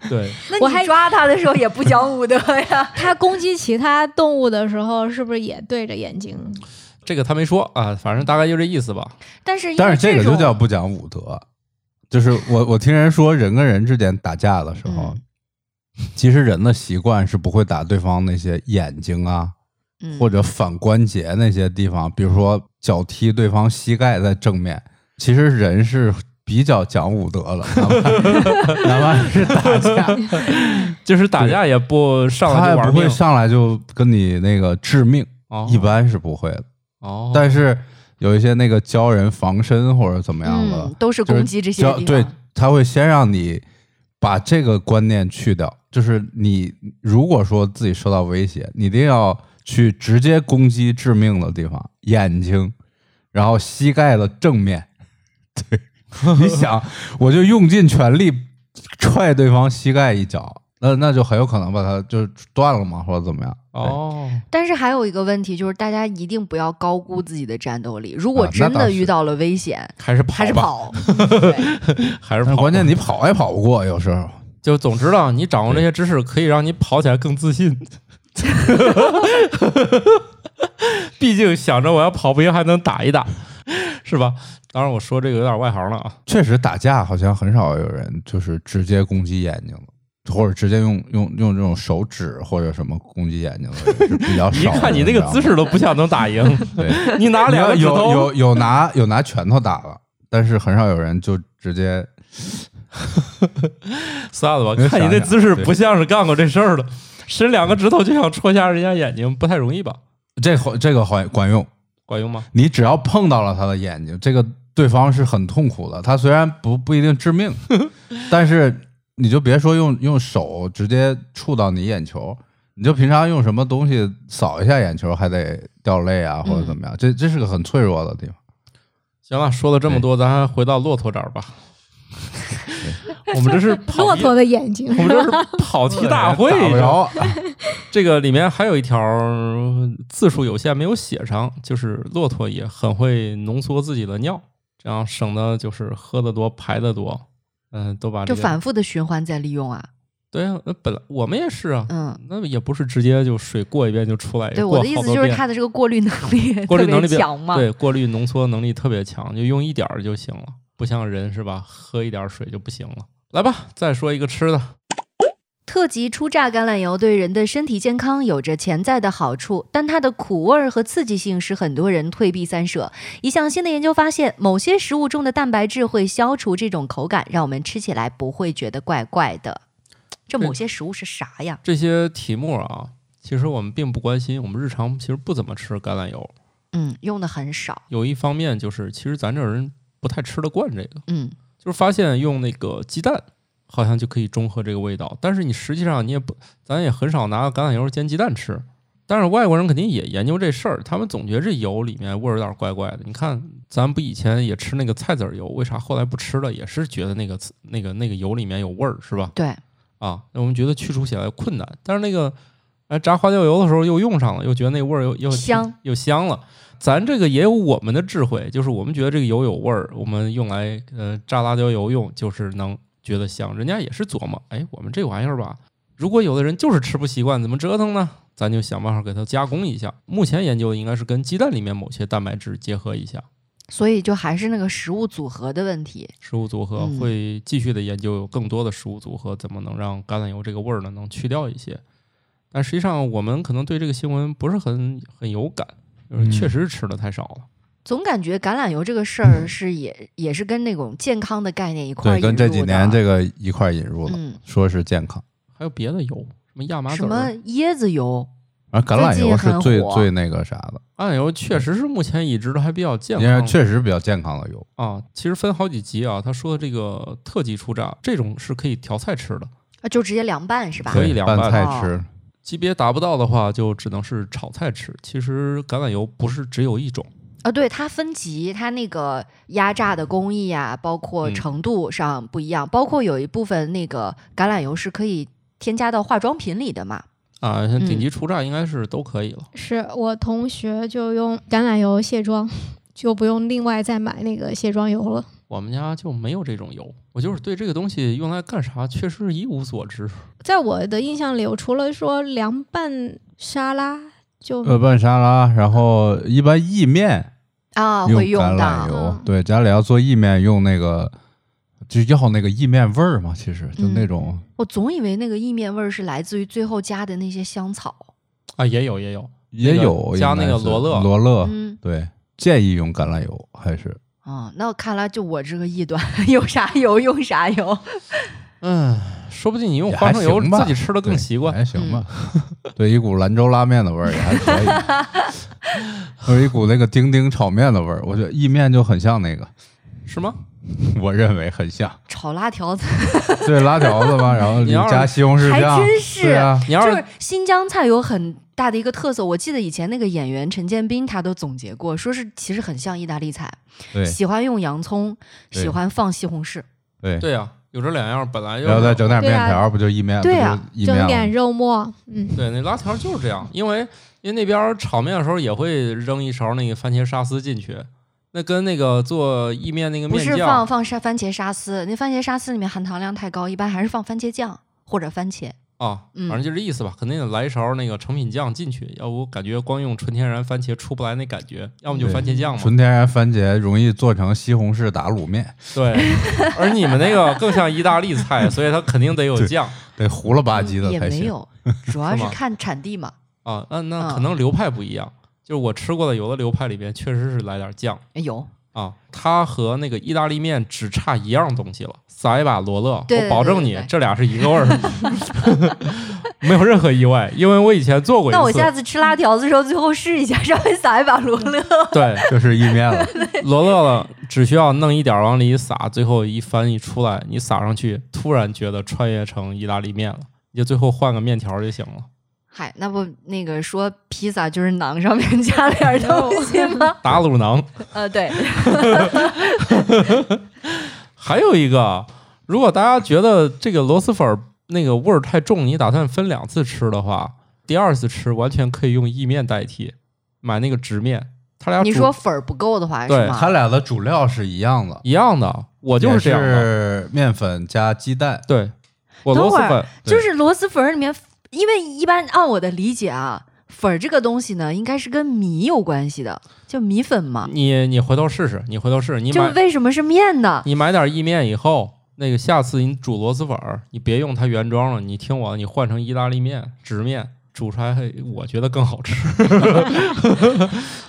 Speaker 3: 对，
Speaker 4: 那
Speaker 1: 我还
Speaker 4: 你抓它的时候也不讲武德呀？
Speaker 1: 它攻击其他动物的时候，是不是也对着眼睛？
Speaker 3: 这个他没说啊，反正大概就这意思吧。
Speaker 4: 但是因为
Speaker 2: 但是这个就
Speaker 4: 种
Speaker 2: 叫不讲武德。就是我我听人说，人跟人之间打架的时候，
Speaker 4: 嗯
Speaker 2: 其实人的习惯是不会打对方那些眼睛啊，
Speaker 4: 嗯
Speaker 2: 或者反关节那些地方，比如说脚踢对方膝盖在正面，其实人是比较讲武德了，哪 怕哪怕是打架，
Speaker 3: 就是打架也不上
Speaker 2: 他
Speaker 3: 来
Speaker 2: 也
Speaker 3: 就玩
Speaker 2: 不会
Speaker 3: 命
Speaker 2: 上来就跟你那个致命，
Speaker 3: 哦
Speaker 2: 一般是不会的。
Speaker 3: 哦，
Speaker 2: 但是有一些那个教人防身或者怎么样的
Speaker 4: 嗯，，都是
Speaker 2: 就是
Speaker 4: 攻击这些地
Speaker 2: 教
Speaker 4: 方。
Speaker 2: 对，他会先让你把这个观念去掉，就是你如果说自己受到威胁，你一定要去直接攻击致命的地方，眼睛，然后膝盖的正面。对，你想，我就用尽全力踹对方膝盖一脚，那那就很有可能把它就是断了嘛，或者怎么样。对，
Speaker 3: 哦，
Speaker 4: 但是还有一个问题就是，大家一定不要高估自己的战斗力。如果
Speaker 2: 啊那
Speaker 4: 真
Speaker 2: 倒
Speaker 4: 的
Speaker 2: 是
Speaker 4: 遇到了危险，
Speaker 3: 还是跑
Speaker 4: 还是
Speaker 3: 吧，
Speaker 4: 跑。对
Speaker 3: 还是
Speaker 2: 但是
Speaker 3: 跑吧。
Speaker 2: 关键你跑也跑不过，有时候。
Speaker 3: 就总之呢，你掌握这些知识，可以让你跑起来更 自信。毕竟想着我要跑不赢还能打一打，是吧？当然我说这个有点外行了啊。
Speaker 2: 确实打架好像很少有人就是直接攻击眼睛的，或者直接用用用这种手指或者什么攻击眼睛的人是比较
Speaker 3: 一
Speaker 2: 少的。
Speaker 3: 看你那个
Speaker 2: 知道吗
Speaker 3: 姿势都不像能打赢，
Speaker 2: 对，
Speaker 3: 你拿两个指
Speaker 2: 有有
Speaker 3: 头
Speaker 2: 有有拿有拿拳头打了，但是很少有人就直接
Speaker 3: 算了吧，
Speaker 2: 能
Speaker 3: 看你
Speaker 2: 想
Speaker 3: 那
Speaker 2: 想
Speaker 3: 姿势
Speaker 2: 对
Speaker 3: 不像是干过这事儿的，伸两个指头就想戳瞎人家眼睛，不太容易吧？
Speaker 2: 这好这个好管用。
Speaker 3: 管用吗？
Speaker 2: 你只要碰到了他的眼睛，这个对方是很痛苦的。他虽然不不一定致 命，但是你就别说用用手直接触到你眼球，你就平常用什么东西扫一下眼球，还得掉泪啊或者怎么
Speaker 3: 嗯
Speaker 2: 样。这这是个很脆弱的地方。
Speaker 3: 行了，说了这么多，咱还回到骆驼这 儿吧。我们这是跑
Speaker 1: 骆
Speaker 3: 题
Speaker 1: 驼的眼睛
Speaker 3: 我，们这是跑题 大会，
Speaker 2: 打
Speaker 3: 你
Speaker 2: 不
Speaker 3: 知道吗
Speaker 2: 着，
Speaker 3: 这个里面还有一条呃字数有限，没有写上，就是骆驼也很会浓缩自己的尿，这样省得就是喝得多排得多，嗯、都把这
Speaker 4: 就
Speaker 3: 个
Speaker 4: 反复的循环再利用啊。
Speaker 3: 对啊，那本来我们也是啊，
Speaker 4: 嗯，
Speaker 3: 那也不是直接就水过一遍就出来，
Speaker 4: 对，
Speaker 3: 哎过
Speaker 4: 我的意
Speaker 3: 好
Speaker 4: 思
Speaker 3: 多
Speaker 4: 就是
Speaker 3: 遍
Speaker 4: 他的这个过滤能 力
Speaker 3: 过
Speaker 4: 特
Speaker 3: 滤能
Speaker 4: 别
Speaker 3: 力比较
Speaker 4: 强嘛。
Speaker 3: 对过滤浓缩能力特别强，就用一点儿就行了，不像人是吧，喝一点儿水就不行了。来吧，再说一个吃的，
Speaker 4: 特级初榨橄榄油对人的身体健康有着潜在的好处，但它的苦味儿和刺激性使很多人退避三舍。一项新的研究发现，某些食物中的蛋白质会消除这种口感，让我们吃起来不会觉得怪怪的。这某些食物是啥呀？
Speaker 3: 这些题目啊，其实我们并不关心，我们日常其实不怎么吃橄榄油。
Speaker 4: 嗯，用的很少。
Speaker 3: 有一方面就是，其实咱这人不太吃得惯这个，
Speaker 4: 嗯，
Speaker 3: 就是发现用那个鸡蛋好像就可以中和这个味道，但是你实际上你也不，咱也很少拿橄榄油煎鸡蛋吃。但是外国人肯定也研究这事儿，他们总觉得这油里面味儿有点怪怪的。你看，咱不以前也吃那个菜籽儿油，为啥后来不吃了？也是觉得那个那个那个油里面有味儿，是吧？
Speaker 4: 对，
Speaker 3: 啊，那我们觉得去除起来困难。但是那个，哎，炸花椒油的时候又用上了，又觉得那味儿又又
Speaker 4: 香，
Speaker 3: 又香了。咱这个也有我们的智慧，就是我们觉得这个油有味儿，我们用来呃炸辣椒油用，就是能觉得香。人家也是琢磨，哎，我们这玩意儿吧，如果有的人就是吃不习惯，怎么折腾呢？咱就想办法给它加工一下。目前研究的应该是跟鸡蛋里面某些蛋白质结合一下，
Speaker 4: 所以就还是那个食物组合的问题。
Speaker 3: 食物组合
Speaker 4: 嗯
Speaker 3: 会继续的研究有更多的食物组合怎么能让橄榄油这个味儿呢能去掉一些。但实际上我们可能对这个新闻不是很很有感，就是
Speaker 2: 嗯
Speaker 3: 确实是吃的太少了。
Speaker 4: 总感觉橄榄油这个事儿是也也是跟那种健康的概念一块
Speaker 2: 嗯
Speaker 4: 儿
Speaker 2: 对，跟这几年
Speaker 4: 个
Speaker 2: 这个一块儿引入的，
Speaker 4: 嗯，
Speaker 2: 说是健康，
Speaker 3: 还有别的油，什么亚麻籽
Speaker 4: 什
Speaker 3: 儿
Speaker 4: 么椰子油，
Speaker 2: 而橄榄油是
Speaker 4: 最
Speaker 2: 最
Speaker 4: 近很火
Speaker 2: 最那个啥的，
Speaker 3: 橄榄油确实是目前已知的还比较健
Speaker 2: 因为
Speaker 3: 康。
Speaker 2: 确实比较健康的油。
Speaker 3: 啊，其实分好几级啊。他说的这个特级初榨，这种是可以调菜吃的，
Speaker 4: 啊，就直接凉拌是吧？
Speaker 3: 可以
Speaker 2: 对
Speaker 3: 凉拌
Speaker 2: 拌菜
Speaker 4: 哦
Speaker 2: 吃，
Speaker 3: 级别达不到的话，就只能是炒菜吃。其实橄榄油不是只有一种，
Speaker 4: 啊，对，它分级，它那个压榨的工艺啊，包括
Speaker 3: 嗯
Speaker 4: 程度上不一样，包括有一部分那个橄榄油是可以添加到化妆品里的嘛。
Speaker 3: 啊，像顶
Speaker 4: 嗯
Speaker 3: 级初榨应该是都可以了。
Speaker 1: 是我同学就用橄榄油卸妆，就不用另外再买那个卸妆油了。
Speaker 3: 我们家就没有这种油，
Speaker 2: 嗯
Speaker 3: 我就是对这个东西用来干啥，确实是一无所知。
Speaker 1: 在我的印象里，我除了说凉拌沙拉，就
Speaker 2: 呃，拌沙拉，然后一般意面
Speaker 4: 啊，
Speaker 2: 用
Speaker 4: 会
Speaker 2: 橄
Speaker 4: 用
Speaker 2: 榄
Speaker 4: 到。
Speaker 2: 油
Speaker 1: 嗯，
Speaker 2: 对，家里要做意面用那个，就要那个意面味儿嘛，其实就
Speaker 4: 嗯
Speaker 2: 那种
Speaker 4: 我总以为那个意面味儿是来自于最后加的那些香草。
Speaker 3: 啊，也有也有，
Speaker 2: 也
Speaker 3: 那个
Speaker 2: 有
Speaker 3: 加
Speaker 2: 应该
Speaker 3: 那个
Speaker 2: 是
Speaker 3: 罗勒
Speaker 2: 罗勒，
Speaker 4: 嗯，
Speaker 2: 对，建议用橄榄油还是
Speaker 4: 啊，那看来就我这个异端， 有啥油用啥油。
Speaker 3: 嗯，说不定你用
Speaker 2: 也
Speaker 3: 花
Speaker 2: 还
Speaker 3: 生油
Speaker 2: 行吧
Speaker 3: 自己吃的
Speaker 2: 对
Speaker 3: 更
Speaker 2: 哎
Speaker 3: 习惯。
Speaker 2: 还
Speaker 4: 嗯
Speaker 2: 行吧， 对，一股兰州拉面的味儿也还可以， 有一股那个丁丁炒面的味儿，我觉得意面就很像那个，
Speaker 3: 是吗？
Speaker 2: 我认为很 像，
Speaker 4: 炒拉条子，
Speaker 2: 对，拉条子嘛，然后
Speaker 3: 你要是
Speaker 2: 加西红柿
Speaker 4: 还
Speaker 2: 酱，
Speaker 4: 真是
Speaker 2: 对啊，
Speaker 3: 你要
Speaker 4: 就是是新疆菜有很大的一个特色。我记得以前那个演员陈建斌他都总结过，说是其实很像意大利菜。
Speaker 2: 对
Speaker 4: 喜欢用洋葱，
Speaker 2: 对
Speaker 4: 喜欢放西红柿。
Speaker 2: 对
Speaker 3: 对呀、有这两样本来就
Speaker 2: 然后再整点
Speaker 1: 对
Speaker 2: 面
Speaker 1: 啊
Speaker 2: 条，不就意面？
Speaker 4: 对啊
Speaker 2: 不就意
Speaker 1: 整
Speaker 2: 面
Speaker 1: 点
Speaker 2: 了
Speaker 1: 肉末，嗯，
Speaker 3: 对那拉条就是这样，因为因为那边炒面的时候也会扔一勺那个番茄沙司进去，那跟那个做意面那个
Speaker 4: 不
Speaker 3: 面
Speaker 4: 是放
Speaker 3: 酱
Speaker 4: 放沙番茄沙司，那番茄沙司里面含糖量太高，一般还是放番茄酱或者番茄。
Speaker 3: 啊，
Speaker 4: 嗯
Speaker 3: 反正就这意思吧，肯定得来一勺那个成品酱进去，要不感觉光用纯天然番茄出不来那感觉，要么就
Speaker 2: 对
Speaker 3: 番茄酱嘛。
Speaker 2: 纯天然番茄容易做成西红柿打卤面，
Speaker 3: 对，而你们那个更像意大利菜，所以它肯定得有
Speaker 2: 对
Speaker 3: 酱
Speaker 2: 得糊了吧唧的
Speaker 4: 嗯也
Speaker 2: 才
Speaker 4: 没
Speaker 2: 行。
Speaker 4: 有，主 要
Speaker 3: 是
Speaker 4: 是
Speaker 3: 吗
Speaker 4: 看产地嘛。
Speaker 3: 啊。那
Speaker 4: 嗯
Speaker 3: 那可能流派不一样，就是我吃过的有的流派里边确实是来点酱
Speaker 4: 哎有，
Speaker 3: 啊，它和那个意大利面只差一样东西了，撒一把罗勒，
Speaker 4: 对对
Speaker 3: 我保证
Speaker 4: 对
Speaker 3: 你
Speaker 4: 对
Speaker 3: 这俩是一个味儿， 没有任何意外，因为我以前做过一次。
Speaker 4: 那我下次吃拉条子的时候，最后试一下，上面撒一把罗勒。
Speaker 3: 对
Speaker 2: 就是意面 了，
Speaker 3: 罗勒了，只需要弄一点儿往里一撒，最后一翻一出来，你撒上去，突然觉得穿越成意大利面了，你就最后换个面条儿就行了。
Speaker 4: 嗨，那不那个说披萨就是馕上面 加点儿东西 吗？
Speaker 3: 打卤囊。
Speaker 4: 呃，对，
Speaker 3: 还有一个，如果大家觉得这个螺蛳粉儿那个味儿太重，你打算分两次吃的话，第二次吃完全可以用意面代替，买那个直面。他俩
Speaker 4: 你
Speaker 3: 煮
Speaker 4: 说粉儿不够的话是
Speaker 3: 对
Speaker 2: 它
Speaker 4: 吗？
Speaker 2: 俩的主料是一样的，
Speaker 3: 一样的，我
Speaker 2: 我
Speaker 3: 就是这样的。
Speaker 2: 是面粉加鸡蛋，
Speaker 3: 对，我
Speaker 4: 等
Speaker 3: 螺
Speaker 4: 会
Speaker 3: 蛳
Speaker 4: 儿
Speaker 3: 粉
Speaker 4: 就是螺蛳粉儿里面，因为一般按我的理解啊，粉儿这个东西呢，应该是跟米有关系的，就米粉嘛。
Speaker 3: 你你回头试试，你回头试试，你
Speaker 4: 就
Speaker 3: 买
Speaker 4: 是为什么是 面呢？
Speaker 3: 你买点意面以后，那个下次你煮螺蛳粉儿，你别用它原装了，你听我的，你换成意大利面、直面，煮出来还我觉得更好吃，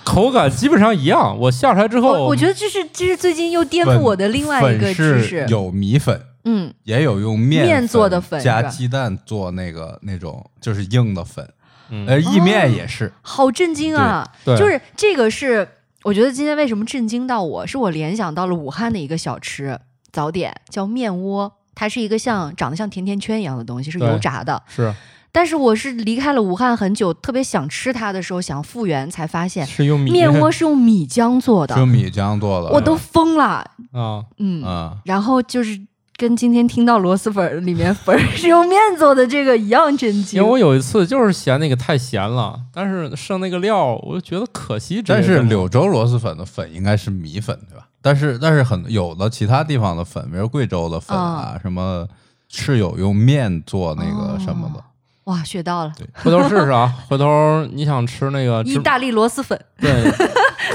Speaker 3: 口感基本上一样。我下出来之
Speaker 4: 我
Speaker 3: 后，
Speaker 4: 我觉得这是这是最近又颠覆
Speaker 2: 粉
Speaker 4: 我的另外一个
Speaker 2: 粉
Speaker 4: 知
Speaker 2: 是
Speaker 4: 识。
Speaker 2: 有米粉，
Speaker 4: 嗯，
Speaker 2: 也有用面
Speaker 4: 面做的粉
Speaker 2: 加
Speaker 4: 是吧
Speaker 2: 鸡蛋做那个那种就是硬的粉，
Speaker 3: 嗯
Speaker 2: 呃，意
Speaker 4: 哦
Speaker 2: 面也是，
Speaker 4: 好震惊啊！
Speaker 3: 对对
Speaker 4: 就是这个是，我觉得今天为什么震惊到我，是我联想到了武汉的一个小吃早点，叫面窝。它是一个像长得像甜甜圈一样的东西，是油
Speaker 3: 对
Speaker 4: 炸的。
Speaker 3: 是
Speaker 4: 但是我是离开了武汉很久，特别想吃它的时候，想复原才发现，
Speaker 3: 是用米
Speaker 4: 哎面窝是用米浆做
Speaker 2: 是
Speaker 4: 的，
Speaker 2: 米浆做的，
Speaker 4: 我都疯了。
Speaker 3: 啊，
Speaker 4: 嗯，
Speaker 2: 嗯，
Speaker 4: 然后就是跟今天听到螺蛳粉儿里面粉儿是用面做的这个一样震惊
Speaker 3: 因为。我有一次就是嫌那个太咸了，但是剩那个料，我就觉得可惜。
Speaker 2: 但是柳州螺蛳粉的粉应该是米粉对吧？但是但是很有的其他地方的粉，比如贵州的粉啊，什么是有用面做那个什么
Speaker 4: 哦
Speaker 2: 的，
Speaker 4: 哇，学到了，
Speaker 3: 回头试试啊，回头你想吃那个
Speaker 4: 意
Speaker 3: 芝
Speaker 4: 大利螺蛳粉。
Speaker 3: 对，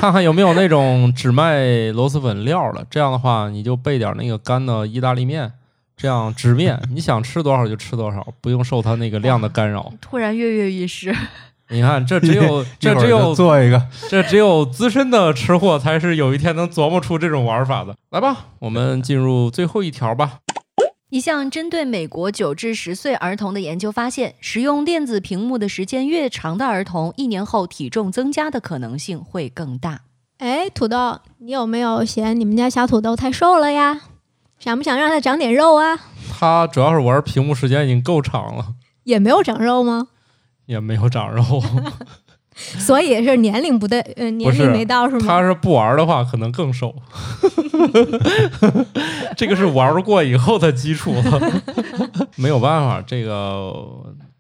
Speaker 3: 看看有没有那种只卖螺蛳粉料的。这样的话，你就备点那个干的意大利面，这样直面，你想吃多少就吃多少，不用受它那个量的干扰。
Speaker 4: 突然跃跃欲试，
Speaker 3: 你看，这只有这
Speaker 2: 一会儿
Speaker 3: 只
Speaker 2: 就
Speaker 3: 有
Speaker 2: 做一个，
Speaker 3: 这只有资深的吃货才是有一天能琢磨出这种玩法的。来吧，我们进入最后一条吧。
Speaker 4: 一项针对美国九至十岁儿童的研究发现，使用电子屏幕的时间越长的儿童，一年后体重增加的可能性会更大。
Speaker 1: 哎，土豆，你有没有嫌你们家小土豆太瘦了呀？想不想让它长点肉啊？
Speaker 3: 他主要是玩屏幕时间已经够长了，
Speaker 1: 也没有长肉吗？
Speaker 3: 也没有长肉。
Speaker 1: 所以是年龄不对，呃，年
Speaker 3: 不是
Speaker 1: 龄没到是
Speaker 3: 他
Speaker 1: 吗？
Speaker 3: 是不玩的话，可能更瘦。 这个是玩过以后的基础了， 没有办法。这个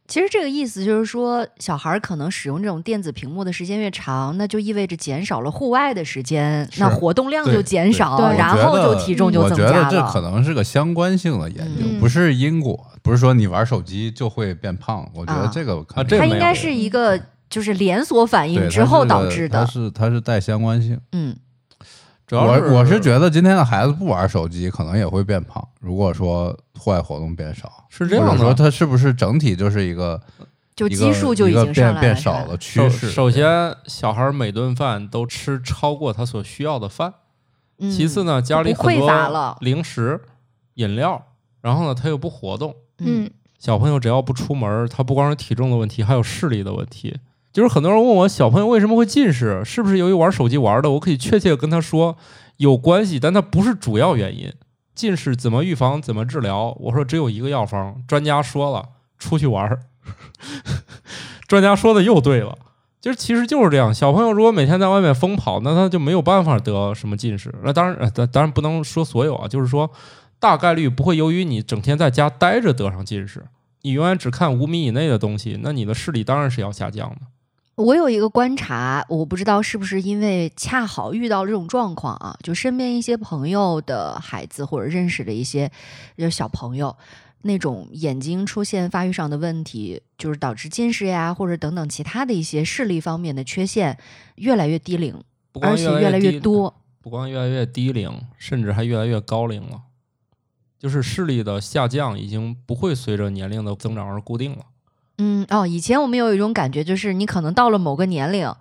Speaker 4: 其实这个意思就是说，小孩儿可能使用这种电子屏幕的时间越长，那就意味着减少了户外的时间，
Speaker 2: 是
Speaker 4: 那活动量就
Speaker 2: 对
Speaker 4: 减少，
Speaker 1: 对
Speaker 4: 然后就体重就
Speaker 2: 我
Speaker 4: 增
Speaker 2: 觉得
Speaker 4: 加
Speaker 2: 这可
Speaker 4: 了。
Speaker 2: 能是个相关性的研究，
Speaker 1: 嗯
Speaker 2: 不是因果，不是说你玩手机就会变胖。我觉得这个可能
Speaker 3: 啊这
Speaker 4: 它
Speaker 3: 个
Speaker 4: 应
Speaker 3: 没
Speaker 4: 该
Speaker 3: 有
Speaker 4: 是一个就是连锁反
Speaker 2: 对
Speaker 4: 应
Speaker 2: 它
Speaker 4: 之后
Speaker 2: 是
Speaker 4: 导致的
Speaker 2: 它。是它是带相关性。
Speaker 4: 嗯，
Speaker 3: 主要
Speaker 2: 我我是
Speaker 3: 得
Speaker 2: 觉得今天的孩子不玩手机，可能也会变胖。如果说户外活动变少，
Speaker 3: 是这样
Speaker 2: 或者说
Speaker 3: 的。
Speaker 2: 它是不是整体就是一个
Speaker 4: 就
Speaker 2: 一个
Speaker 4: 啊基数就已
Speaker 2: 一个
Speaker 4: 经上来
Speaker 2: 变
Speaker 4: 了，
Speaker 2: 变
Speaker 4: 是吧
Speaker 2: 少的趋
Speaker 3: 首
Speaker 2: 势？
Speaker 3: 首先，小孩每顿饭都吃超过他所需要的饭。
Speaker 4: 嗯
Speaker 3: 其次呢，家里
Speaker 4: 不匮
Speaker 3: 很
Speaker 4: 乏了
Speaker 3: 多零食、饮料，然后呢，他又不活动。
Speaker 1: 嗯，，
Speaker 3: 小朋友只要不出门儿，他不光是体重的问题，还有视力的问题。就是很多人问我，小朋友为什么会近视，是不是由于玩手机玩的？我可以确切地跟他说有关系，但它不是主要原因。近视怎么预防，怎么治疗？我说只有一个药方，专家说了，出去玩儿。专家说的又对了，就是其实就是这样。小朋友如果每天在外面疯跑，那他就没有办法得什么近视。那当然，呃当当然不能说所有啊，就是说大概率不会由于你整天在家待着得上近视。你永远只看五米以内的东西，那你的视力当然是要下降的。
Speaker 4: 我有一个观察，我不知道是不是因为恰好遇到这种状况啊，就身边一些朋友的孩子或者认识的一些就是小朋友，那种眼睛出现发育上的问题，就是导致近视呀或者等等其他的一些视力方面的缺陷越来越低龄，
Speaker 3: 不光
Speaker 4: 而且越来
Speaker 3: 越
Speaker 4: 越
Speaker 3: 低
Speaker 4: 多。
Speaker 3: 不光越来越低龄，甚至还越来越高龄了。就是视力的下降已经不会随着年龄的增长而固定了。
Speaker 4: 嗯，哦，以前我们有一种感觉，就是你可能到了某个年龄，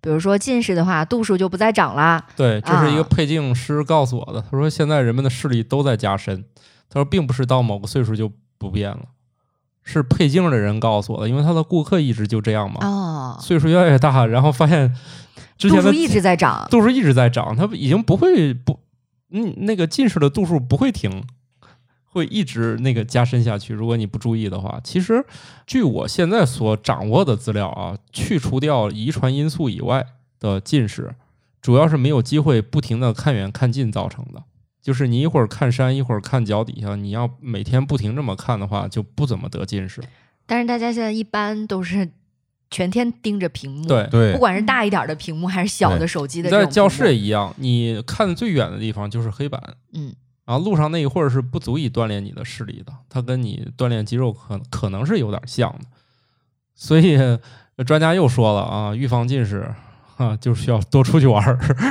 Speaker 4: 比如说近视的话，度数就不再长啦。
Speaker 3: 对，这是一个
Speaker 4: 啊
Speaker 3: 配镜师告诉我的。他说，现在人们的视力都在加深。他说，并不是到某个岁数就不变了，是配镜的人告诉我的，因为他的顾客一直就这样嘛。
Speaker 4: 哦，
Speaker 3: 岁数越来越大，然后发现之
Speaker 4: 度
Speaker 3: 前的
Speaker 4: 数一直在长。
Speaker 3: 度数一直在涨，它已经不会不，嗯，那个近视的度数不会停，会一直那个加深下去。如果你不注意的话，其实据我现在所掌握的资料啊，去除掉遗传因素以外的近视，主要是没有机会不停的看远看近造成的。就是你一会儿看山，一会儿看脚底下，你要每天不停这么看的话，就不怎么得近视。
Speaker 4: 但是大家现在一般都是全天盯着屏幕，，
Speaker 3: 对，
Speaker 2: 对
Speaker 4: 不，管是大一点的屏幕还是小的
Speaker 2: 对
Speaker 4: 手机
Speaker 3: 你
Speaker 4: 的这种
Speaker 3: 在
Speaker 4: 屏幕，
Speaker 3: 教室也一样，你看的最远的地方就是黑板，
Speaker 4: 嗯，
Speaker 3: 然后路上那一会儿是不足以锻炼你的视力的，它跟你锻炼肌肉可可能是有点像的。所以呃专家又说了啊，预防近视啊，就需要多出去玩儿。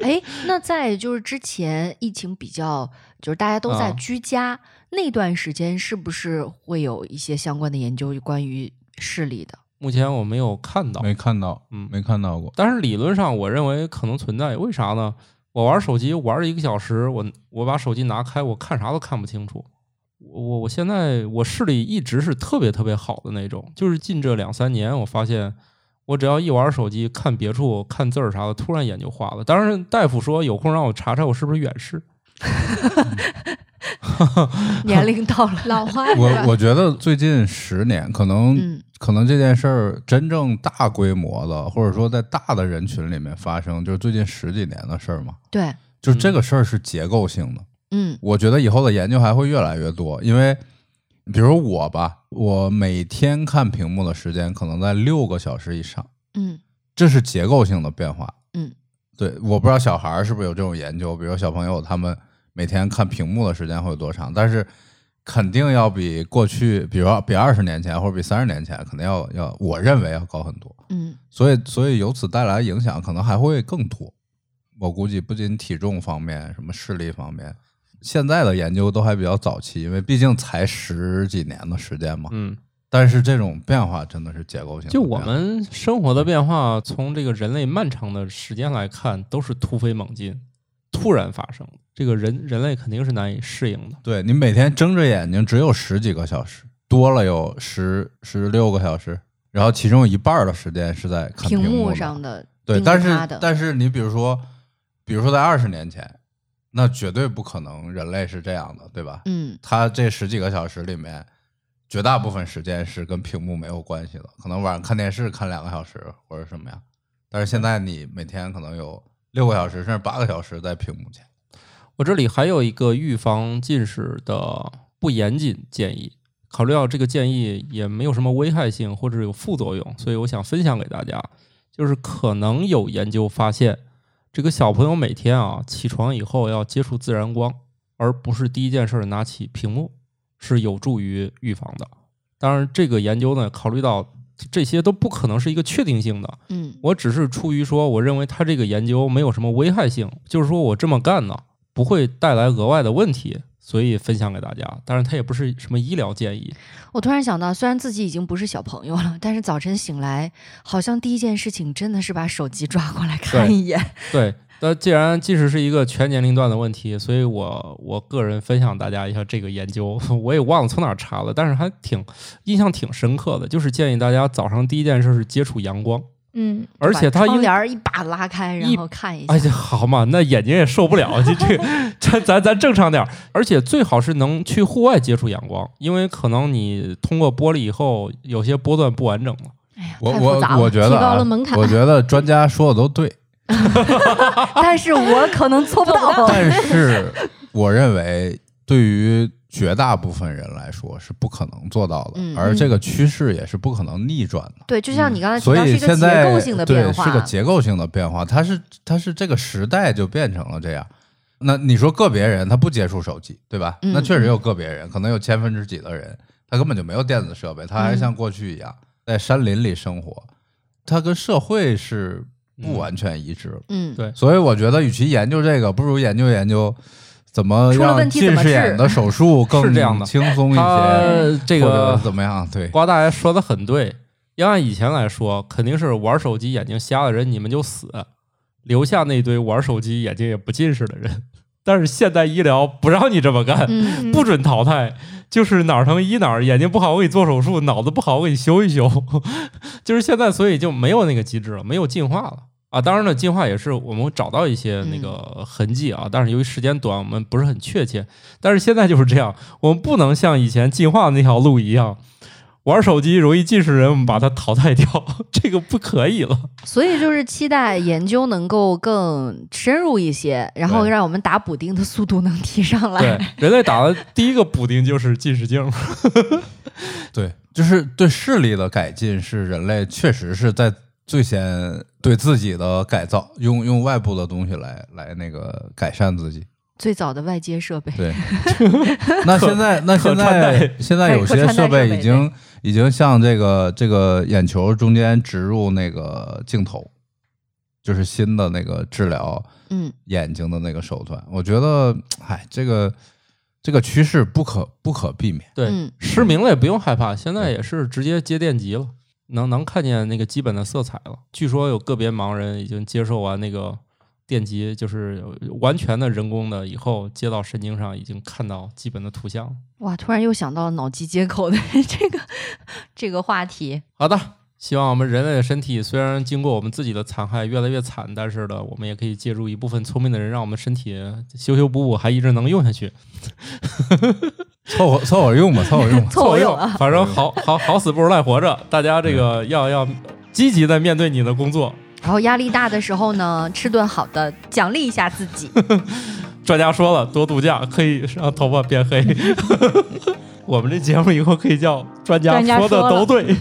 Speaker 4: 哎，那在就是之前疫情比较，就是大家都在
Speaker 3: 啊
Speaker 4: 居家、那段时间，是不是会有一些相关的研究关于视力的？
Speaker 3: 目前我没有看到，
Speaker 2: 没看到，
Speaker 3: 嗯，
Speaker 2: 没看到过。
Speaker 3: 但是理论上我认为可能存在，为啥呢？我玩手机玩一个小时，我我把手机拿开，我看啥都看不清楚。我我我现在我视力一直是特别特别好的那种，就是近这两三年，我发现我只要一玩手机，看别处看字儿啥的，突然眼就花了。当然，大夫说有空让我查查我是不是远视，
Speaker 4: 年龄到了
Speaker 1: 老花
Speaker 2: 我我觉得最近十年，可能、
Speaker 4: 嗯
Speaker 2: 可能这件事儿真正大规模的，或者说在大的人群里面发生，就是最近十几年的事儿嘛。
Speaker 4: 对，
Speaker 2: 就是这个事儿是结构性的，
Speaker 4: 嗯
Speaker 2: 我觉得以后的研究还会越来越多，因为比如我吧，我每天看屏幕的时间可能在六个小时以上，
Speaker 4: 嗯
Speaker 2: 这是结构性的变化。
Speaker 4: 嗯，
Speaker 2: 对，我不知道小孩儿是不是有这种研究，比如小朋友他们每天看屏幕的时间会有多长，但是肯定要比过去，比如说比二十年前或者比三十年前，肯定要要，我认为要高很多。
Speaker 4: 嗯
Speaker 2: 所以，所以由此带来的影响可能还会更多。我估计不仅体重方面，什么视力方面，现在的研究都还比较早期，因为毕竟才十几年的时间嘛。
Speaker 3: 嗯，
Speaker 2: 但是这种变化真的是结构性的变化。
Speaker 3: 就我们生活的变化，从这个人类漫长的时间来看，都是突飞猛进，突然发生的，这个人人类肯定是难以适应的。
Speaker 2: 对你每天睁着眼睛只有十几个小时，多了有十十六个小时，然后其中有一半儿的时间是在看
Speaker 4: 屏
Speaker 2: 幕
Speaker 4: 幕
Speaker 2: 嘛
Speaker 4: 上的
Speaker 2: 对，
Speaker 4: 盯
Speaker 2: 但
Speaker 4: 着它
Speaker 2: 是
Speaker 4: 的
Speaker 2: 但是你比如说，比如说在二十年前，那绝对不可能人类是这样的，对吧？
Speaker 4: 嗯
Speaker 2: 他这十几个小时里面，绝大部分时间是跟屏幕没有关系的，可能晚上看电视看两个小时或者什么呀。但是现在你每天可能有六个小时甚至八个小时在屏幕前。
Speaker 3: 我这里还有一个预防近视的不严谨建议，考虑到这个建议也没有什么危害性或者有副作用，所以我想分享给大家，就是可能有研究发现，这个小朋友每天啊起床以后要接触自然光，而不是第一件事儿拿起屏幕，是有助于预防的。当然，这个研究呢，考虑到这些都不可能是一个确定性的，
Speaker 4: 嗯
Speaker 3: 我只是出于说，我认为他这个研究没有什么危害性，就是说我这么干呢，不会带来额外的问题，所以分享给大家。当然，它也不是什么医疗建议。
Speaker 4: 我突然想到，虽然自己已经不是小朋友了，但是早晨醒来，好像第一件事情真的是把手机抓过来看
Speaker 3: 对
Speaker 4: 一眼。
Speaker 3: 对，那既然即使是一个全年龄段的问题，所以我我个人分享大家一下这个研究， 我也忘了从哪儿查了，但是还挺印象挺深刻的，就是建议大家早上第一件事是接触阳光，
Speaker 1: 嗯，
Speaker 3: 而且它
Speaker 4: 把窗
Speaker 3: 因
Speaker 4: 帘儿一把拉开，然
Speaker 3: 一
Speaker 4: 后看一下。
Speaker 3: 哎呀，好嘛，那眼睛也受不 了，这这咱咱咱正常点儿，而且最好是能去户外接触阳光，因为可能你通过玻璃以后，有些波段不完整了。
Speaker 4: 哎呀，
Speaker 2: 我
Speaker 4: 太复杂
Speaker 2: 我我
Speaker 4: 了，哦
Speaker 2: 觉得、
Speaker 1: 提高
Speaker 2: 啊
Speaker 1: 了门槛
Speaker 2: 我觉得专家说的都 对，
Speaker 4: 但是我可能做不到。
Speaker 2: 但是我认为对于绝大部分人来说是不可能做到的，
Speaker 4: 嗯
Speaker 2: 而这个趋势也是不可能逆转的。
Speaker 4: 对，就像你刚才提
Speaker 2: 所
Speaker 4: 啊到，是
Speaker 2: 以
Speaker 4: 一个
Speaker 2: 现
Speaker 4: 结
Speaker 2: 在
Speaker 4: 构性的变化，
Speaker 2: 对，是个结构性的变化，它是它是这个时代就变成了这样。那你说个别人他不接触手机，对吧？
Speaker 4: 嗯
Speaker 2: 那确实有个别人，可能有千分之几的人，他根本就没有电子设备，他还
Speaker 4: 嗯
Speaker 2: 像过去一样、在山林里生活，他跟社会是不完全一致的。
Speaker 4: 嗯，
Speaker 3: 对
Speaker 2: 所以我觉得，与其研究这个，不如研究研究怎么
Speaker 4: 出了
Speaker 2: 让
Speaker 4: 问题怎
Speaker 2: 近
Speaker 4: 么
Speaker 2: 视
Speaker 4: 治
Speaker 2: 眼的手术
Speaker 3: 是
Speaker 2: 更
Speaker 3: 这样的
Speaker 2: 轻松一些，
Speaker 3: 他这
Speaker 2: 或者
Speaker 3: 个
Speaker 2: 怎么样？对，
Speaker 3: 瓜大爷说的很对，要按以前来说，肯定是玩手机眼睛瞎的人你们就死，留下那堆玩手机眼睛也不近视的人。但是现代医疗不让你这么干，
Speaker 4: 嗯，
Speaker 3: 不准淘汰，就是哪儿疼医哪儿，眼睛不好我给你做手术，脑子不好我给你修一修， 就是现在所以就没有那个机制了，没有进化了啊。当然了，进化也是我们找到一些那个痕迹啊，但是由于时间短，我们不是很确切。但是现在就是这样，我们不能像以前进化的那条路一样。玩手机容易近视人，我们把它淘汰掉， 这个不可以了。
Speaker 4: 所以就是期待研究能够更深入一些，然后
Speaker 3: 对
Speaker 4: 让我们打补丁的速度能提上
Speaker 3: 对
Speaker 4: 来。，
Speaker 3: 人类打的第一个补丁就是近视镜。
Speaker 2: 对，就是对视力的改进是人类确实是在最先对自己的改造，用用外部的东西来来那个改善自己。
Speaker 4: 最早的外接设备，
Speaker 2: 对，那现在那现
Speaker 3: 可穿
Speaker 2: 在现在有些设备已经已经像这个这个眼球中间植入那个镜头，就是新的那个治疗
Speaker 4: 嗯，
Speaker 2: 眼睛的那个手段。我觉得，哎，这个这个趋势不可不可避免。
Speaker 3: 对，
Speaker 4: 嗯
Speaker 3: 失明了也不用害怕，现在也是直接接电极了，能能看见那个基本的色彩了。据说有个别盲人已经接受完那个电极，就是完全的人工的，以后接到神经上已经看到基本的图像了。
Speaker 4: 哇，突然又想到了脑机接口的 这个这个话题。
Speaker 3: 好的，希望我们人类的身体虽然经过我们自己的残害越来越惨，但是呢，我们也可以借助一部分聪明的人，让我们身体修修补补，还一直能用下去。
Speaker 2: 凑合凑合用吧，凑合用吧。
Speaker 4: 凑合用啊
Speaker 3: 啊，反正好好好死不如赖活着，大家这个要要积极的面对你的工作。
Speaker 4: 然后压力大的时候呢，吃顿好的，奖励一下自己。
Speaker 3: 专家说了，多度假可以让头发变 黑。我们这节目以后可以叫专家
Speaker 1: 专家
Speaker 3: 说
Speaker 1: 说
Speaker 3: 的
Speaker 1: 了
Speaker 3: 都对。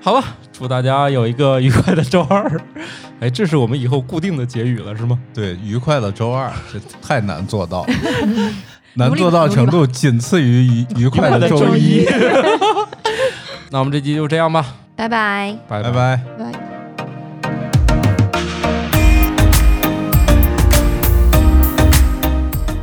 Speaker 3: 好吧，祝大家有一个愉快的周二。哎，这是我们以后固定的结语了，是吗？
Speaker 2: 对，愉快的周二，这太难做到 了，难
Speaker 4: 努力
Speaker 2: 做
Speaker 4: 吧
Speaker 2: 到程度仅次于愉愉快的 周一。。
Speaker 3: 那我们这期就这样吧，
Speaker 4: 拜拜。
Speaker 3: 拜
Speaker 2: 拜。拜。
Speaker 1: 拜。